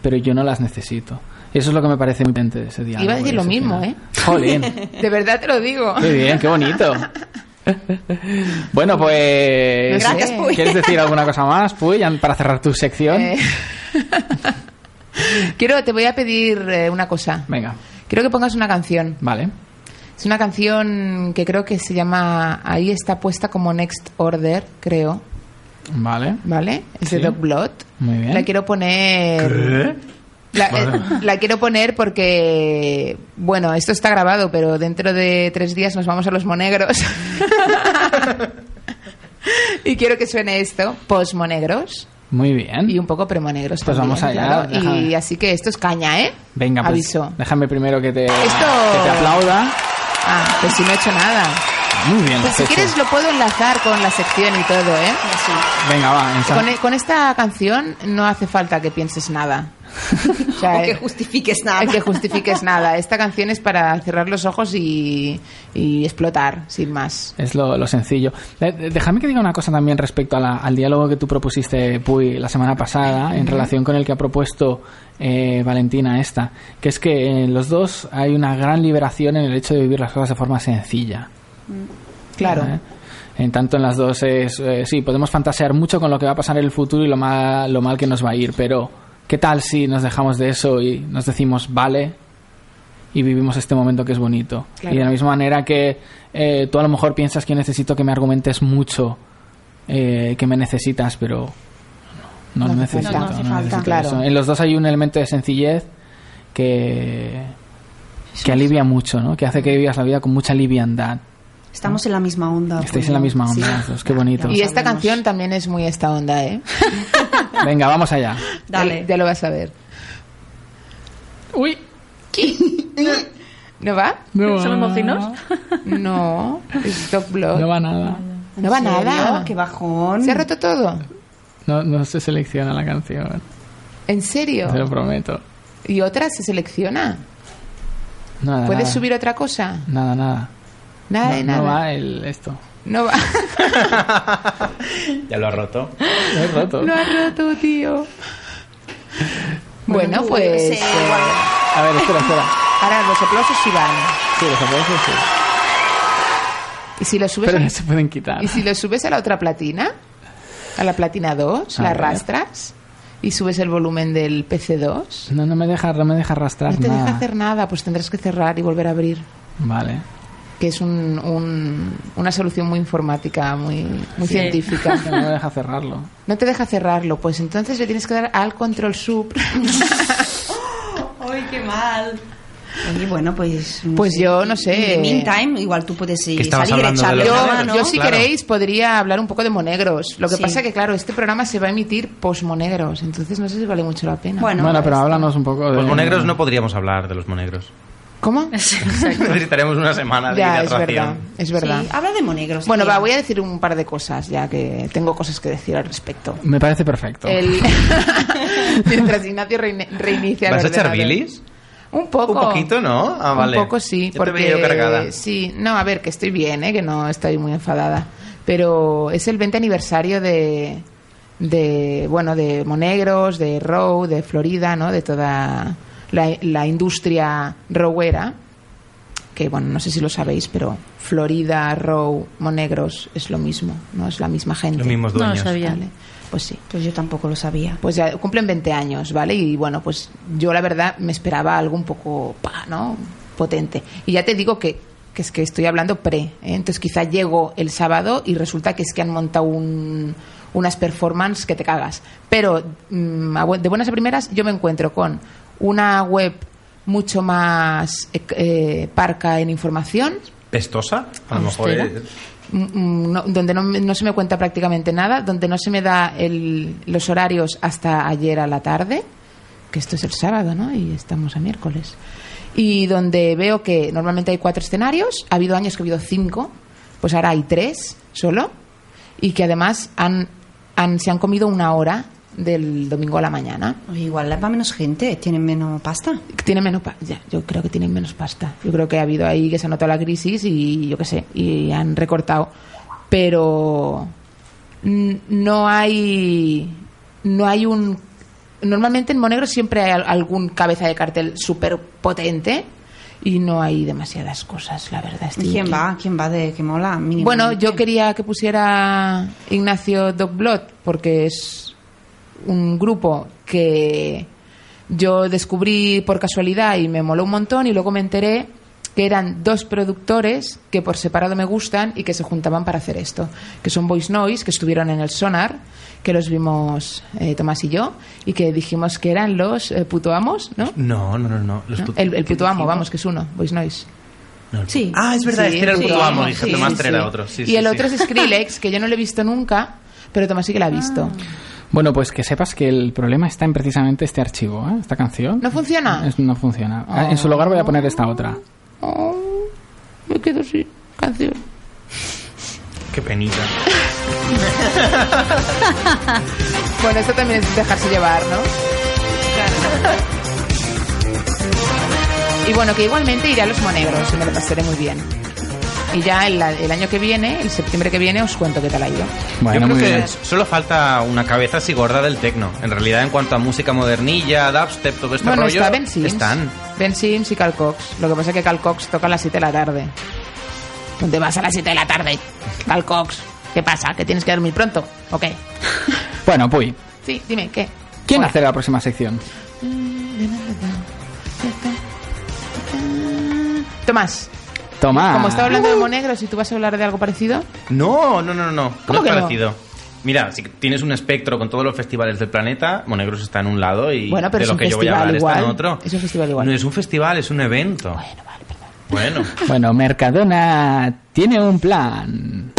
pero yo no las necesito. Eso es lo que me parece muy potente de ese diálogo.
Iba a decir
de
lo
ese
mismo,
final.
¿eh?
Jolín,
De verdad te lo digo.
qué bien, qué bonito. Bueno, pues...
Gracias, Puy.
¿Quieres decir alguna cosa más, Puy, an- para cerrar tu sección?
Eh, Quiero, te voy a pedir eh, una cosa.
Venga,
Quiero que pongas una canción.
vale.
Es una canción que creo que se llama. Ahí está puesta como Next Order, creo.
Vale.
¿Vale? Es
Sí.
de Dog Blood.
Muy bien.
La quiero poner. La, eh, la quiero poner porque, bueno, esto está grabado, pero dentro de tres días nos vamos a los monegros. y quiero que suene esto, posmonegros
Muy bien.
y un poco premonegros
¿Mm? Pues
también,
vamos allá,
claro. Y
déjame.
así que esto es caña, ¿eh?
Venga, pues,
Aviso.
déjame primero que te,
Esto-
que te aplauda.
Ah, pues si no he hecho nada.
Muy bien.
Pues
lo
si
has hecho.
quieres lo puedo enlazar con la sección y todo, ¿eh?
Venga, va, ensa-
Con, con esta canción no hace falta que pienses nada. O sea,
O que
eh,
justifiques nada.
eh, que justifiques nada. Esta canción es para cerrar los ojos y, y explotar, sin más.
Es lo, lo sencillo. Eh, eh, Déjame que diga una cosa también respecto a la- al diálogo que tú propusiste, Puy, la semana pasada, en relación con el que ha propuesto eh, Valentina esta, que es que en los dos hay una gran liberación en el hecho de vivir las cosas de forma sencilla.
Claro.
¿eh? En tanto en las dos es, eh, sí, podemos fantasear mucho con lo que va a pasar en el futuro y lo mal, lo mal que nos va a ir, pero ¿qué tal si nos dejamos de eso y nos decimos, vale, y vivimos este momento que es bonito?
Claro.
Y de la misma manera que eh, tú a lo mejor piensas que necesito que me argumentes mucho, eh, que me necesitas, pero no,
No
no,
hace
necesito.
falta. No, no hace falta.
necesito
Claro.
eso. En los dos hay un elemento de sencillez que, que alivia mucho, ¿no? que hace que vivas la vida con mucha liviandad.
Estamos en la misma onda.
Estáis
pues,
en la
¿no?
misma
Sí.
onda, los dos, qué bonito.
Y esta
hablemos.
canción también es muy esta onda, ¿eh?
Venga, vamos allá.
Dale.
Ya, ya lo vas a ver.
Uy.
¿No va?
No
¿Son
va-
mocinos?
No. Stock Blood.
No va nada.
No va
¿En serio?
nada.
¡Qué bajón!
¿Se ha roto todo?
No, no se selecciona la canción.
¿En serio?
Te lo prometo.
¿Y otra se selecciona?
Nada.
¿Puedes
nada.
subir otra cosa?
Nada, nada.
Nada
no,
de nada.
no va el esto.
No va.
Ya lo ha roto.
Lo he roto.
Lo has roto, tío. Bueno,
Uy,
pues.
sí,
eh,
igual.
A ver, espera, espera.
ahora los aplausos sí van.
Sí, los aplausos sí.
¿Y si los subes,
Pero no
a,
se pueden quitar.
¿y si los subes a la otra platina? A la platina 2,
A
la
ver.
arrastras y subes el volumen del PC2.
No, no me deja, no me deja arrastrar
No te
nada.
deja hacer nada, pues tendrás que cerrar y volver a abrir.
Vale.
Que es un- un- una solución muy informática, muy, muy
Sí.
científica.
No me deja cerrarlo.
No te deja cerrarlo, pues entonces le tienes que dar al control sub.
¡Ay, qué mal! Oye, bueno, pues... no
Pues yo no sé.
In the meantime, igual tú puedes eh,
Que estabas
salir,
hablando de
echarle
Yo,
los-
una mano.
yo, si
Claro.
queréis, podría hablar un poco de Monegros. Lo que
Sí.
pasa que, claro, este programa se va a emitir post-Monegros, entonces Ah, no sé si vale mucho la pena.
Bueno,
bueno, pero
pues-
háblanos un poco de.
Los monegros no podríamos hablar de los monegros.
¿Cómo?
Necesitaremos una semana de
ya, es verdad, es
hidratación.
Sí, Ah, pues
verdad.
habla de monegros.
Bueno,
tía.
va, voy a decir un par de cosas, ya que tengo cosas que decir al respecto.
Me parece perfecto.
El- Mientras Ignacio reine- reinicia el
¿Vas a echar
ordenador.
bilis?
Un poco.
Un poquito, ¿no? Ah, vale.
Un poco sí,
Yo te
porque
veía yo cargada.
sí, no, a ver, que estoy bien, ¿eh? que no estoy muy enfadada, pero es el 20 aniversario de de bueno, de Monegros, de Row, de Florida, ¿no? De toda la, la industria rowera, que bueno, no sé si lo sabéis, pero Florida, Row, Monegros es lo mismo, no es la misma gente.
Los mismos
No lo
dueños.
sabía.
Vale, Pues sí.
Pues yo tampoco lo sabía.
Pues ya cumplen 20 años, ¿vale? Y bueno, pues yo la verdad me esperaba algo un poco, pa, ¿no? Potente. Y ya te digo que, que es que estoy hablando pre. ¿eh? Entonces quizá llego el sábado y resulta que es que han montado un- unas performances que te cagas. Pero mm, a bu- de buenas a primeras yo me encuentro con una web mucho más eh, eh, parca en información,
¿Pestosa? A lo mejor.
Austera.
eh,
Mm, mm, no- donde no, me- no se me cuenta prácticamente nada, donde no se me da el- los horarios hasta ayer a la tarde, que esto es el sábado, ¿no? Y estamos a miércoles. Y donde veo que normalmente hay cuatro escenarios, ha habido años que ha habido cinco, pues ahora hay tres solo, y que además han, han- se han comido una hora del domingo a la mañana.
Oye, igual va menos gente, tienen menos pasta.
Tienen menos pa- ya, yo creo que tienen menos pasta. Yo creo que ha habido ahí que se ha notado la crisis y yo qué sé, y han recortado. Pero n- no hay no hay un normalmente en Monegro siempre hay al- algún cabeza de cartel súper potente y no hay demasiadas cosas, la verdad. estoy
¿Y Este, quién
aquí.
va? ¿Quién va de que mola? Mínimo.
Bueno, yo quería que pusiera Ignacio Dogblot porque es un grupo que yo descubrí por casualidad y me moló un montón y luego me enteré que eran dos productores que por separado me gustan y que se juntaban para hacer esto, que son Voice Noise, que estuvieron en el Sonar, que los vimos eh, Tomás y yo, y que dijimos que eran los eh, puto amos, ¿no?
No, no, no. no. Los
¿No?
tut-
El, el
¿qué
puto amo,
dijimos?
vamos, que es uno, Voice Noise.
No, el-
Sí.
Ah, es verdad,
Sí,
este era el
sí,
puto amo.
sí,
Dije,
sí,
Tomás
sí.
era otro. Sí,
y
sí,
el
sí.
otro es Skrillex, que yo no lo he visto nunca, pero Tomás sí que la ha visto.
Bueno, pues que sepas que el problema está en precisamente este archivo, ¿eh? Esta canción.
¿No Oh. funciona?
Es- no funciona. Ah, En su lugar voy a poner esta otra.
Oh, me quedo sin canción.
Qué penita.
Bueno, esto también es dejarse llevar, ¿no? Y bueno, que igualmente iré a los monegros y me lo pasaré muy bien. Y ya el, el año que viene, el septiembre que viene, os cuento qué tal ha ido.
Bueno,
Yo
muy
creo que
bien.
solo falta una cabeza así gorda del tecno. En realidad, en cuanto a música modernilla, dubstep, todo este
bueno,
rollo.
está Ben Sims.
Están.
Ben Sims y Cal Cox. Lo que pasa es que Cal Cox toca a las 7 de la tarde. ¿Dónde vas a las 7 de la tarde? Cal Cox, ¿qué pasa? ¿Que tienes que dormir pronto? ¿O qué?
Bueno, Puy,
Sí, dime, ¿qué?
¿quién
Hola.
hace la próxima sección?
Tomás,
Tomás.
como estaba hablando de Monegros y tú vas a hablar de algo parecido,
No, no, no, no, no.
¿Cómo
no
que
es
no?
parecido. Mira, si tienes un espectro con todos los festivales del planeta, Monegros está en un lado y
Bueno, pero
de
es
lo
un
que yo voy a
festival
hablar está en
igual.
otro.
Es un festival igual.
No es un festival, es un evento. Bueno, vale, perdón. Bueno.
Bueno, Mercadona tiene un plan.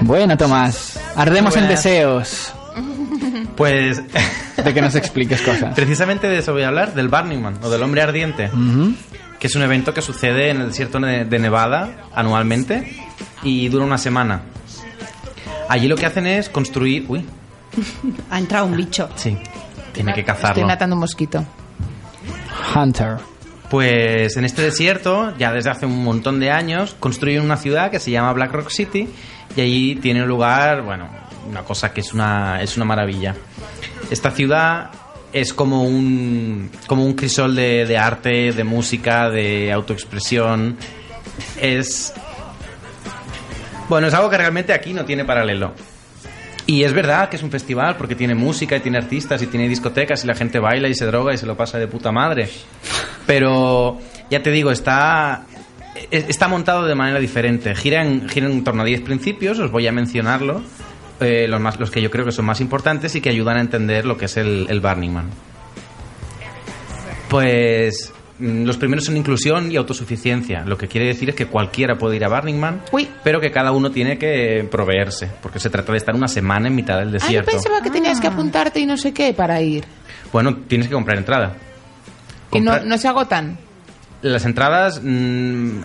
Bueno, Tomás, ardemos en
Buenas.
deseos
Pues
de que nos expliques cosas.
precisamente de eso voy a hablar, del Burning Man o del Hombre Ardiente,
Ujú.
que es un evento que sucede en el desierto ne- de Nevada anualmente y dura una semana. Allí lo que hacen es construir... Uy,
Ha entrado
Ah.
un bicho.
sí, tiene que
Estoy
cazarlo.
matando un mosquito.
Hunter.
Pues en este desierto, ya desde hace un montón de años, construyen una ciudad que se llama Black Rock City y allí tiene lugar, bueno, una cosa que es una, es una maravilla. Esta ciudad es como un, como un crisol de, de arte, de música, de autoexpresión. Es. Bueno, es algo que realmente aquí no tiene paralelo. Y es verdad que es un festival porque tiene música y tiene artistas y tiene discotecas y la gente baila y se droga y se lo pasa de puta madre. Pero ya te digo, está, e- está montado de manera diferente. Gira en, gira en torno a 10 principios, os voy a mencionarlo, eh, los, más, los que yo creo que son más importantes y que ayudan a entender lo que es el, el Burning Man. Pues mm, los primeros son inclusión y autosuficiencia. Lo que quiere decir es que cualquiera puede ir a Burning Man,
Uy.
pero que cada uno tiene que proveerse, porque se trata de estar una semana en mitad del
Ah, yo
desierto.
pensaba que tenías que apuntarte y no sé qué para ir.
Bueno, tienes que comprar entrada.
Que no,
Comprar-
no se agotan.
Las entradas mm,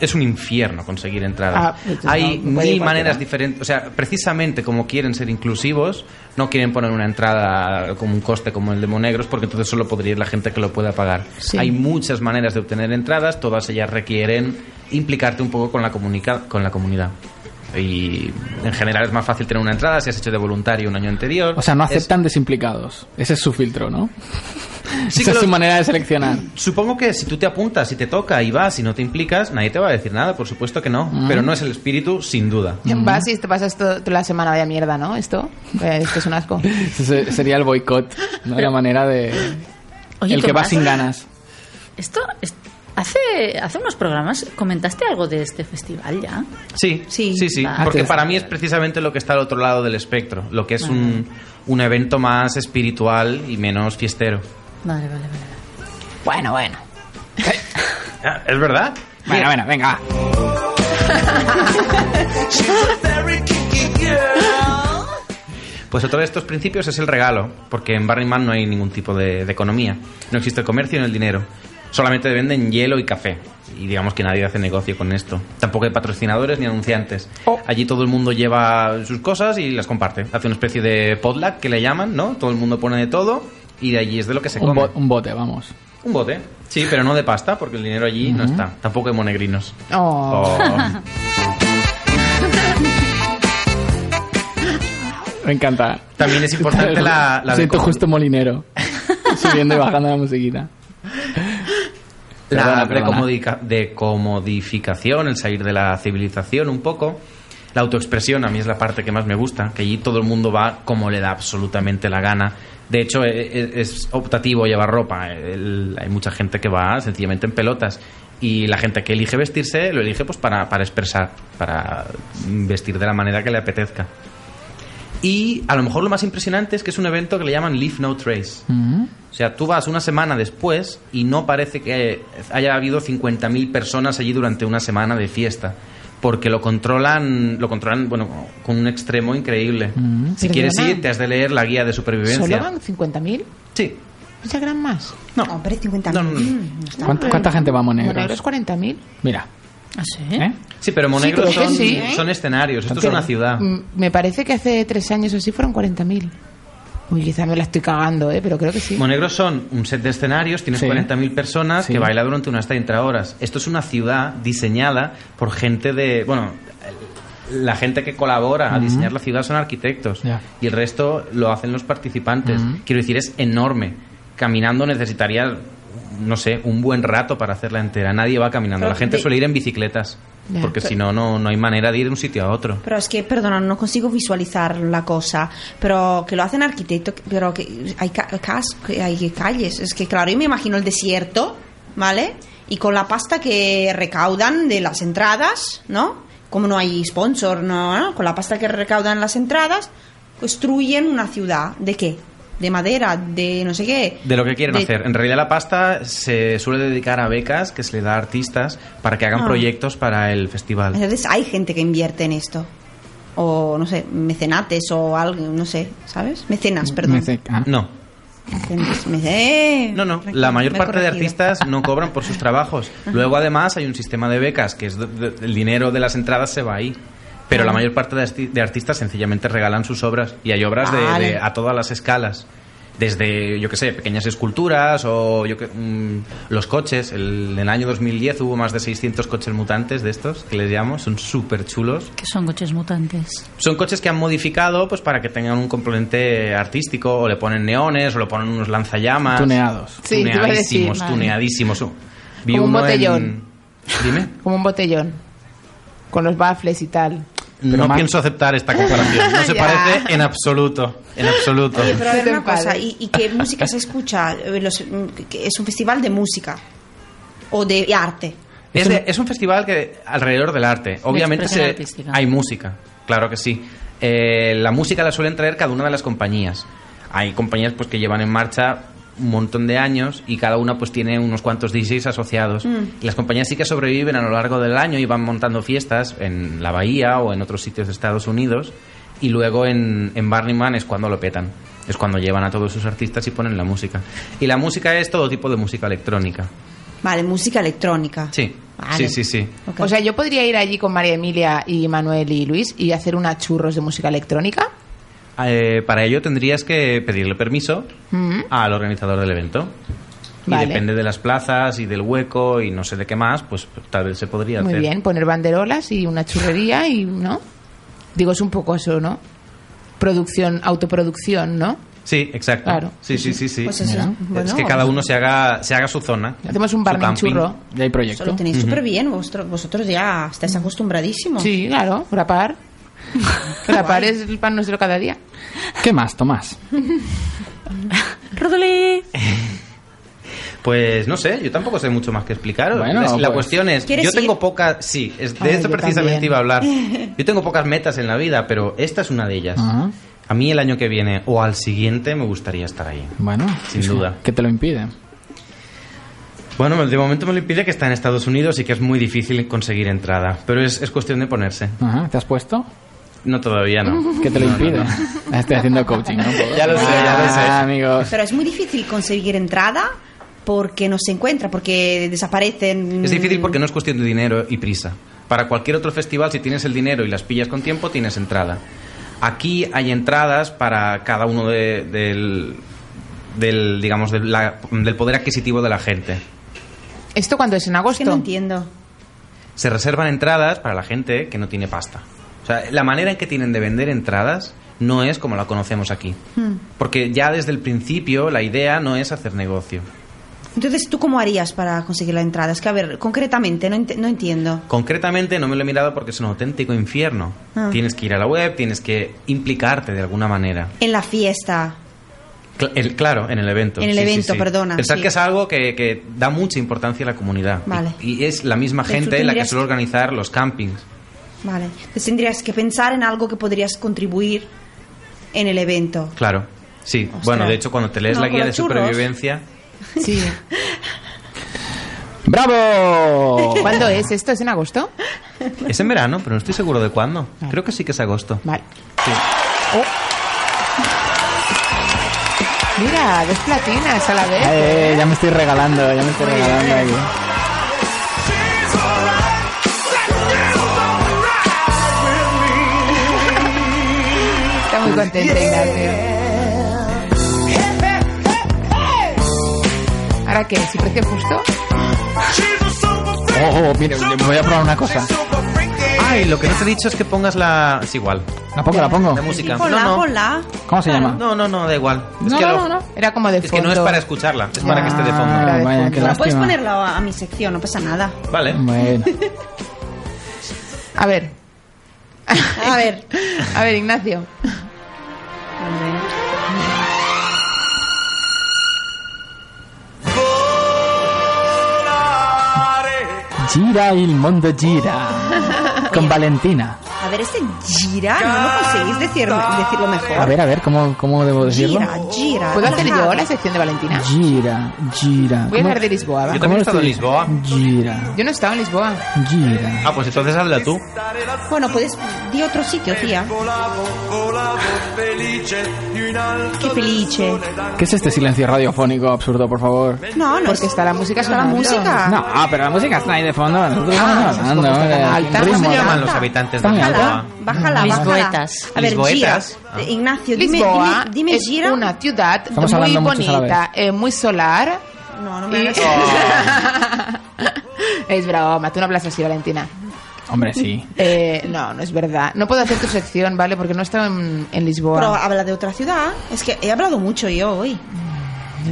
es un infierno conseguir
Ah,
entradas.
pues no,
Hay
no puede ir
mil maneras
cualquiera.
diferentes, o sea, precisamente como quieren ser inclusivos, no quieren poner una entrada como un coste como el de Monegros, porque entonces solo podría ir la gente que lo pueda pagar.
Sí.
Hay muchas maneras de obtener entradas, todas ellas requieren implicarte un poco con la comunica- con la comunidad. Y en general es más fácil tener una entrada si has hecho de voluntario un año anterior.
O sea, no
Es-
aceptan desimplicados. Ese es su filtro, ¿no?
Sí
Esa
que
es su
lo-
manera de seleccionar.
Supongo que si tú te apuntas, si te toca y vas y no te implicas, nadie te va a decir nada, por supuesto que no. Pero no es el espíritu, sin duda.
Vas y te pasas to- toda la semana, vaya mierda, ¿no? Esto, eh, esto es un asco.
Ese se- sería el boicot, ¿no? La manera de...
Oye,
el que va
Tomás,
sin ganas.
Esto es- hace, hace unos programas comentaste algo de este festival ya.
Sí,
Sí.
sí, sí.
Ah,
porque
te-
para mí es precisamente lo que está al otro lado del espectro, lo que es un, un evento más espiritual y menos fiestero.
Vale, vale, vale.
Bueno, bueno.
Ah, ¿Es verdad?
Bueno, bueno, venga. va.
Pues otro de estos principios es el regalo, porque en Burning Man no hay ningún tipo de, de economía. No existe el comercio ni el dinero. Solamente venden hielo y café. Y digamos que nadie hace negocio con esto. Tampoco hay patrocinadores ni anunciantes.
Oh.
Allí todo el mundo lleva sus cosas y las comparte. Hace una especie de potluck que le llaman, ¿no? Todo el mundo pone de todo y de allí es de lo que se
Un,
come.
bo- un bote, vamos.
Un bote. Sí, pero no de pasta, porque el dinero allí no está. Tampoco hay monegrinos.
Oh.
Oh.
Me encanta.
También es importante la... la
Siento
deco-
justo molinero. Subiendo y bajando la musiquita.
La
Perdona, perdona.
decomodica- decomodificación, el salir de la civilización un poco. La autoexpresión a mí es la parte que más me gusta, que allí todo el mundo va como le da absolutamente la gana. De hecho, e- e- es optativo llevar ropa. El- hay mucha gente que va sencillamente en pelotas. Y la gente que elige vestirse lo elige pues para, para expresar, para vestir de la manera que le apetezca. Y a lo mejor lo más impresionante es que es un evento que le llaman Leave No Trace. O sea, tú vas una semana después y no parece que haya habido 50.000 personas allí durante una semana de fiesta. Porque lo controlan, lo controlan, bueno, con un extremo increíble. Si
Pero
quieres
Yolanda,
ir, te has de leer la guía de
¿Solo
supervivencia.
van Ah, 50.000?
Sí.
¿Mucha gran más?
No.
Hombre, 50
No, no, no.
¿Cuánta, cuánta gente va a Monegros?
Bueno, euros 40.000.
Mira.
¿Ah, sí?
¿eh?
Sí, pero Monegro
creo que
son,
sí, ¿eh?
son escenarios. Esto es una ciudad.
Mm, Me parece que hace tres años o así fueron 40.000. Uy, quizá me la estoy cagando, ¿eh? Pero creo que sí.
Monegros son un set de escenarios, tienes
Sí.
40.000 personas
Sí.
que baila durante unas 30 horas. Esto es una ciudad diseñada por gente de. Bueno, la gente que colabora a diseñar la ciudad son arquitectos
Ya.
y el resto lo hacen los participantes. Quiero decir, es enorme. Caminando necesitaría, no sé, un buen rato para hacerla entera. Nadie va caminando. La gente suele ir en bicicletas
Ya.
porque si no, no no hay manera de ir de un sitio a otro.
Pero es que, perdona, no consigo visualizar la cosa. Pero que lo hacen arquitectos, pero que hay, ca- cas- que hay calles. Es que, claro, yo me imagino el desierto, ¿vale? Y con la pasta que recaudan de las entradas, ¿no? Como no hay sponsor, ¿no? ¿no? Con la pasta que recaudan las entradas, construyen una ciudad. ¿De qué? De madera, de no sé qué.
De lo que quieren hacer. En realidad la pasta se suele dedicar a becas que se le da a artistas para que hagan
Ah.
proyectos para el festival.
Entonces hay gente que invierte en esto. o no sé, mecenates o algo, no sé, ¿sabes? Mecenas, perdón.
Me sé- ah.
No,
Mecenas, mece- eh,
No, no,
correcto,
la mayor
me he
parte de
corregido.
artistas no cobran por sus trabajos. Luego, además, hay un sistema de becas que es do- do- el dinero de las entradas se va ahí. Pero la mayor parte de, arti- de artistas sencillamente regalan sus obras y hay obras de-
Vale.
de- a todas las escalas. Desde, yo qué sé, pequeñas esculturas o yo que- mm, los coches. El, en el año 2010 hubo más de 600 coches mutantes de estos, que les llamo, son súper chulos.
Que son coches mutantes.
Son coches que han modificado pues para que tengan un componente artístico o le ponen neones o le ponen unos lanzallamas
Tuneados.
Sí, te iba a decir.
tuneadísimos,
Vale.
tuneadísimos. Vi
Como un
uno en-
botellón.
Dime.
Como un botellón. Con los baffles y tal.
no
más-
pienso aceptar esta comparación. No se
Ya.
parece en absoluto. En absoluto.
Oye, pero a ver
Qué
una cosa,
padre.
¿y, y qué música se escucha? Eh, los- mm, que es un festival de música o de arte.
Es, de- es un festival que alrededor del arte. Obviamente
expresión
se-
artística.
hay música, claro que sí. Eh, la música la suelen traer cada una de las compañías. Hay compañías pues que llevan en marcha un montón de años y cada una pues tiene unos cuantos DJs asociados. Y las compañías sí que sobreviven a lo largo del año y van montando fiestas en la Bahía o en otros sitios de Estados Unidos. Y luego en, en Burning Man es cuando lo petan. Es cuando llevan a todos sus artistas y ponen la música. Y la música es todo tipo de música electrónica.
Vale, música electrónica.
Sí.
Vale.
Sí, sí, sí.
Ok.
O sea, yo podría ir allí con María Emilia y Manuel y Luis y hacer una churros de música electrónica.
Eh, para ello tendrías que pedirle permiso
Mm.
al organizador del evento.
Vale.
Y depende de las plazas y del hueco y no sé de qué más, pues tal vez se podría
Muy
hacer.
bien, poner banderolas y una churrería y, ¿no? Digo, es un poco eso, ¿no? Producción, autoproducción, ¿no?
Sí, exacto.
Claro.
Sí, sí, sí, sí.
Pues eso,
Mira.
bueno,
es que cada uno se haga, se haga su zona.
Hacemos un
su
barman
camping.
churro.
Ya hay
Eso
proyecto.
lo tenéis súper bien, vosotros, vosotros ya estáis acostumbradísimos.
Sí, claro, grapar. grapar es el pan nuestro cada día.
¿Qué más, Tomás?
¡Rodolí!
Pues no sé, yo tampoco sé mucho más que explicaros.
Bueno,
la, la
pues.
cuestión es,
¿Quieres
yo tengo
ir?
pocas, sí, es- de
Ay,
esto
yo
precisamente
también. Ah.
iba a hablar. Yo tengo pocas metas en la vida, pero esta es una de ellas.
Ajá.
A mí el año que viene o al siguiente me gustaría estar ahí.
Bueno,
Sin duda.
¿Qué te lo impide?
Bueno, de momento me lo impide que está en Estados Unidos y que es muy difícil conseguir entrada. Pero es, es cuestión de ponerse.
Ajá, ¿Te has puesto?
No, todavía no.
¿Qué te lo impide? Estoy haciendo coaching, ¿no?
Ya lo sé, ya lo sé.
Ah, amigos.
Pero es muy difícil conseguir entrada porque no se encuentra, porque desaparecen.
Es difícil porque no es cuestión de dinero y prisa. Para cualquier otro festival, si tienes el dinero y las pillas con tiempo, tienes entrada. Aquí hay entradas para cada uno de- del, del, digamos, del, la- del poder adquisitivo de la gente.
¿Esto cuándo es? ¿En
Es
agosto?
que no entiendo.
se reservan entradas para la gente que no tiene pasta. O sea, la manera en que tienen de vender entradas no es como la conocemos aquí.
Hmm.
Porque ya desde el principio la idea no es hacer negocio.
Entonces, ¿tú cómo harías para conseguir la entrada? Es que, a ver, concretamente, no, ent- no entiendo.
Concretamente no me lo he mirado porque es un auténtico infierno.
Ah.
Tienes que ir a la web, tienes que implicarte de alguna manera.
En la fiesta.
Cl- el- claro, en el evento.
En el evento, perdona,
Pensar
sí.
que es algo que, que da mucha importancia a la comunidad.
Vale.
Y, y es la misma
Pero tú
gente la que
tendrías-
suele organizar los campings.
Vale. Entonces tendrías que pensar en algo que podrías contribuir en el evento.
Claro. Sí.
Ostras.
Bueno, de hecho, cuando te lees
No,
la guía
con
de
los churros.
supervivencia...
Sí.
¡Bravo!
¿Cuándo es esto? ¿Es en agosto?
Es en verano, pero no estoy seguro de cuándo. Creo que sí que es agosto.
Vale. Oh.
Sí.
Mira, dos platinas a la vez.
Eh, ya me estoy regalando, ya me estoy regalando aquí.
Está muy contento, Ignacio. ¿Ahora qué? ¿Su precio justo?
Oh, oh, mire, me voy a probar una cosa.
Ay, lo que no te he dicho es que pongas la. Es igual.
¿La pongo, la pongo?
La música.
Hola,
no, no.
hola.
¿Cómo se llama?
No, no, no, da igual. Es que lo-
Era como de
Es que no es
fondo.
para escucharla, es para que esté de
Ah.
fondo.
Ah, vaya, qué
La
La puedes
lástima.
ponerlo a, a mi sección, no pasa nada.
Vale.
Bueno,
A ver,
A ver.
a ver, Ignacio.
gira il mondo gira. Con Valentina.
A ver, ese gira, no lo conseguís decir, decirlo mejor.
A ver, a ver, ¿cómo, cómo debo decirlo?
gira, gira.
¿Puedo
la
hacer yo
nave.
la sección de Valentina?
Gira, gira.
Voy a
¿Cómo-
hablar de Lisboa, va.
Yo
cómo
también he
lo
estado en
estoy-
Lisboa.
Gira,
Yo no he estado en Lisboa.
gira.
Ah, pues entonces hazla tú.
Bueno, puedes di otro sitio, tía. Qué felice.
¿Qué es este silencio radiofónico absurdo, por favor?
No, no.
Porque está la música
está la
sonando.
música.
No, ah, pero la música está ahí de fondo. Nosotros
Ah,
estamos hablando,
está
hombre,
tan alta.
ritmo,
¿Cómo se
Lisboa.
llaman los habitantes de
Está muy
Lisboa?
alta.
Bájala, bájala.
Lisboetas.
A ver, gira.
Lisboetas.
Ah.
Eh, Ignacio, dime,
Lisboa
dime, dime
es
gira.
una ciudad
Estamos
muy
hablando muchos a la
bonita, eh, muy solar.
No, no me
y-
hagas.
es broma, tú no hablas así, Valentina.
Hombre, sí.
Eh, no, no es verdad. No puedo hacer tu sección, ¿vale? Porque no he estado en, en
Pero eh,
Lisboa.
habla de otra ciudad. Es que he hablado mucho yo hoy.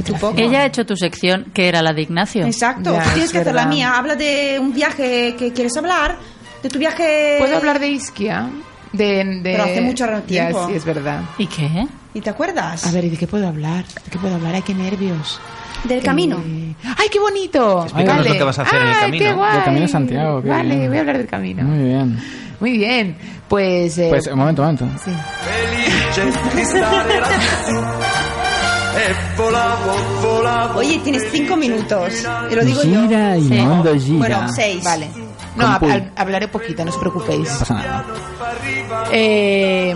Tú poco.
Ella ha hecho tu sección, que era la de Ignacio.
Exacto.
Ya,
Tú tienes
es
que hacer la
verdad.
mía. Habla de un viaje que quieres hablar. De tu viaje.
¿Puedo hablar de Isquia? De, de-
Pero hace mucho
Ya,
tiempo.
sí, es verdad.
¿Y qué?
¿Y te acuerdas?
A ver, ¿y de qué puedo hablar? ¿De qué puedo hablar? ¡Ay, qué nervios!
Del camino.
Eh, ¡Ay, qué bonito!
Explícanos
Vale.
lo que vas a hacer en el
¡Ay,
camino.
qué guay!
Del Camino de Santiago, qué
Vale,
bien.
voy a hablar del camino.
Muy bien.
Muy bien. Pues... eh,
Pues, un momento, un momento.
sí.
Oye, tienes cinco minutos. Te lo digo yo.
Gira y
Sí.
mundo gira.
Bueno, seis.
Vale. No,
Con
hab-
pul-
hab- hablaré poquito, no os preocupéis.
No pasa nada.
Eh,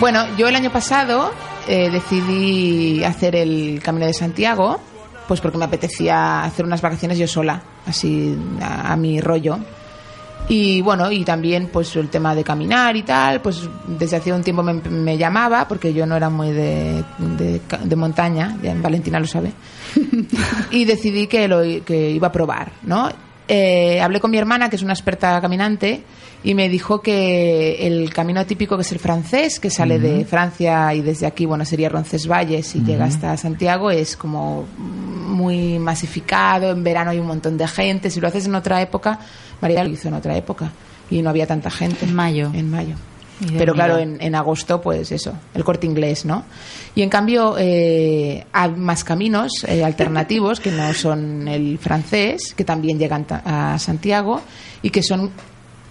bueno, yo el año pasado eh, decidí hacer el Camino de Santiago, pues porque me apetecía hacer unas vacaciones yo sola, así a, a mi rollo. Y bueno, y también pues el tema de caminar y tal, pues desde hacía un tiempo me, me llamaba, porque yo no era muy de, de ca- de montaña, ya en Valentina lo sabe, y decidí que, lo, i- que iba a probar, ¿no? Eh, hablé con mi hermana, que es una experta caminante, y me dijo que el camino típico que es el francés, que sale de Francia y desde aquí, bueno, sería Roncesvalles y llega hasta Santiago, es como muy masificado, en verano hay un montón de gente, si lo haces en otra época, María lo hizo en otra época y no había tanta gente.
En mayo.
En mayo.
Y de
Pero claro,
miedo.
en, en agosto, pues eso, el corte inglés, ¿no? Y en cambio, eh, hay más caminos eh, alternativos que no son el francés, que también llegan ta- a Santiago y que son,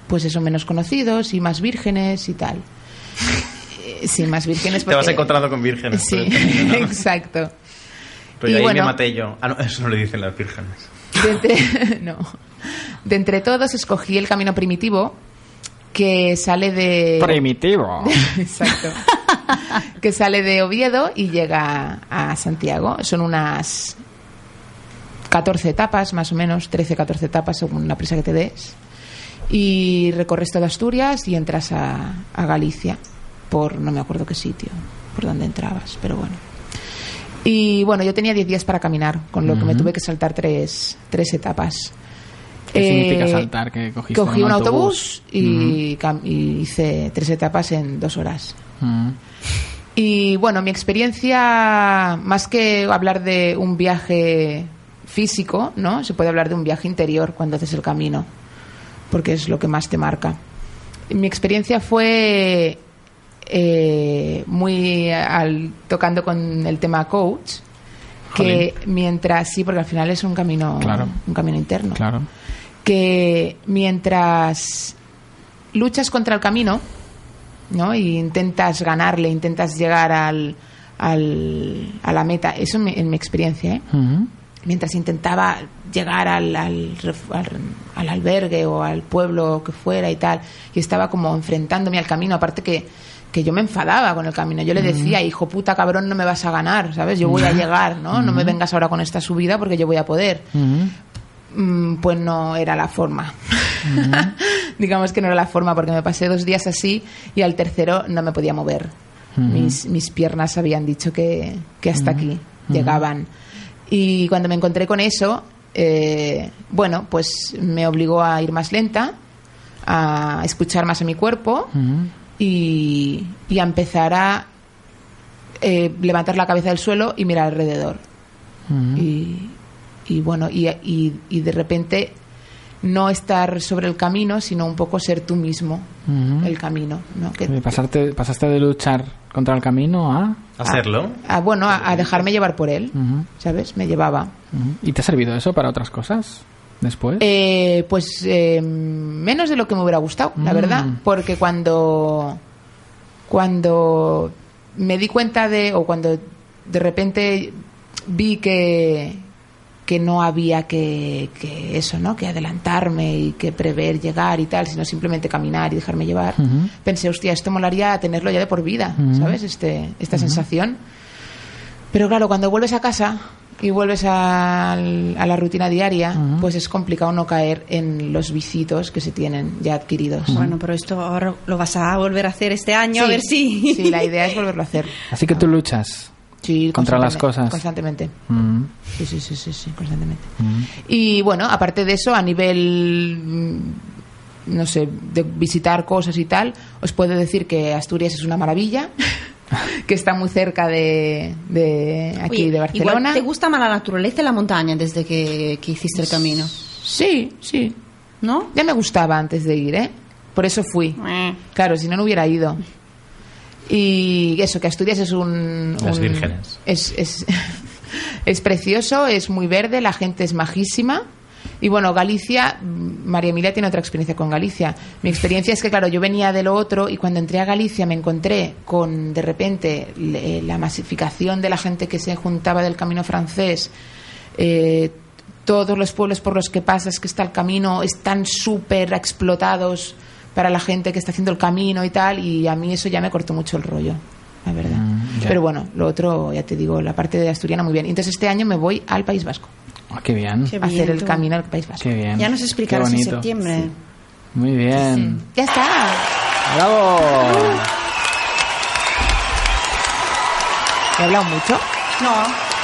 pues eso, menos conocidos y más vírgenes y tal. Eh, Sí, más vírgenes.
Te vas
porque-
encontrando con vírgenes.
Sí, exacto.
Pero
Y
ahí
bueno.
me maté yo. Ah, no, eso no le dicen las vírgenes.
De entre, no. De entre todos escogí el camino primitivo que sale de...
Primitivo.
Exacto. que sale de Oviedo y llega a Santiago. Son unas 14 etapas, más o menos, 13, 14 etapas, según la prisa que te des. Y recorres toda Asturias y entras a, a Galicia, por no me acuerdo qué sitio, por donde entrabas, pero bueno. Y bueno, yo tenía 10 días para caminar, con lo que me tuve que saltar tres, tres etapas.
¿Qué significa
Eh,
saltar? ¿Qué cogiste?
Cogí un autobús, y, cam- y hice tres etapas en dos horas.
Mm.
Y bueno, mi experiencia, más que hablar de un viaje físico, ¿no? Se puede hablar de un viaje interior cuando haces el camino, porque es lo que más te marca. Mi experiencia fue eh, muy al, tocando con el tema coach, que mientras sí, porque al final es un camino,
Claro.
un camino interno
Claro.
que mientras luchas contra el camino, ¿no? Y intentas ganarle, intentas llegar al, al- a la meta. Eso en mi, en mi experiencia, ¿eh?
Mm.
Mientras intentaba llegar al, al ref- al- al albergue o al pueblo que fuera y tal, y estaba como enfrentándome al camino, aparte que, que yo me enfadaba con el camino. Yo le decía, hijo puta cabrón, no me vas a ganar, ¿sabes? Yo voy a llegar, ¿no? No me vengas ahora con esta subida porque yo voy a poder
Mm.
mm, pues no era la forma. Digamos que no era la forma, porque me pasé dos días así y al tercero no me podía mover. mis, mis piernas habían dicho que, que hasta aquí llegaban. Y cuando me encontré con eso, eh, bueno, pues me obligó a ir más lenta, a escuchar más a mi cuerpo
Mm.
y, y a empezar a eh, levantar la cabeza del suelo y mirar alrededor.
mm,
Y, y bueno, y, y- y de repente no estar sobre el camino, sino un poco ser tú mismo
Ujú.
el camino. ¿no? Que-
Y pasarte, mm, pasaste de luchar contra el camino a...
Ah.
mm,
Hacerlo.
a, bueno, a, a dejarme llevar por él,
Ujú.
¿sabes? Me llevaba.
mm. Ujú. ¿Y te ha servido eso para otras cosas? después?
Eh, pues eh, menos de lo que me hubiera gustado, la
Mm.
verdad, porque cuando cuando me di cuenta de o cuando de repente vi que que no había que, que eso, ¿no? Que adelantarme y que prever llegar y tal, sino simplemente caminar y dejarme llevar.
Ujú.
Pensé, hostia, esto molaría tenerlo ya de por vida,
Ujú.
¿sabes? Este,
Mm.
esta sensación. Pero claro, cuando vuelves a casa y vuelves al- a la rutina diaria,
Ujú.
pues es complicado no caer en los vicitos que se tienen ya adquiridos.
Mm.
Bueno, pero esto ahora lo vas a volver a hacer este año, a ver si.
Sí, la idea es volverlo a hacer.
Así que tú luchas.
Sí,
Contra las
constantemente-
cosas.
Constantemente.
Mm,
Sí, sí, sí, sí, sí, constantemente.
mm.
Y bueno, aparte de eso, a nivel, mm, no sé, de visitar cosas y tal, os puedo decir que Asturias es una maravilla, que está muy cerca de, de aquí,
Oye,
de Barcelona.
igual ¿Te gusta más la naturaleza y la montaña desde que, que hiciste el camino?
Sí, sí.
¿No?
Ya me gustaba antes de ir, ¿eh? Por eso fui. Claro, si no, no hubiera ido. Y eso, que Asturias es un...
Las
un-
vírgenes.
Es, es, es precioso, es muy verde, la gente es majísima. Y bueno, Galicia, mm, María Emilia tiene otra experiencia con Galicia. Mi experiencia es que, claro, yo venía de lo otro y cuando entré a Galicia me encontré con, de repente, le- eh, la masificación de la gente que se juntaba del camino francés. Eh, todos los pueblos por los que pasas, que está el camino, están súper explotados para la gente que está haciendo el camino y tal, y a mí eso ya me cortó mucho el rollo, la verdad.
ya.
Pero bueno, lo otro, ya te digo, la parte de Asturiana muy bien. Entonces este año me voy al País Vasco,
Ah, qué bien.
Qué
a hacer el
bien, tú.
camino al País Vasco.
Qué bien.
Eh, Ya nos
Qué
explicarás en
bonito.
septiembre.
Muy bien.
Ya está.
¡Bravo!
¿He hablado mucho?
No,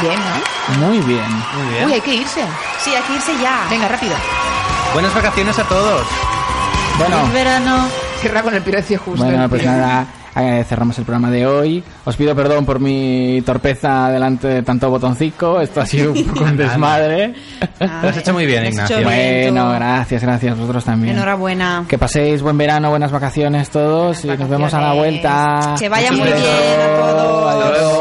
Bien, ¿no?
Muy bien.
Muy bien.
Uy, hay que irse.
sí, hay que irse ya.
Venga, rápido.
Buenas vacaciones a todos.
Bueno,
El verano.
Cierra con el pirocio justo.
bueno
el
pues
tío.
nada, eh, cerramos el programa de hoy. Os pido perdón por mi torpeza delante de tanto botoncico. Esto ha sido un poco un desmadre.
Ah,
Lo has hecho muy bien,
lo has hecho
Ignacio.
bien, tú.
Bueno, gracias, gracias. Vosotros también.
Enhorabuena.
Que paséis buen verano, buenas vacaciones todos y nos vemos a la
vacaciones.
vuelta.
Que vaya
muy
Hasta
bien
a
luego.
todos.
Adiós.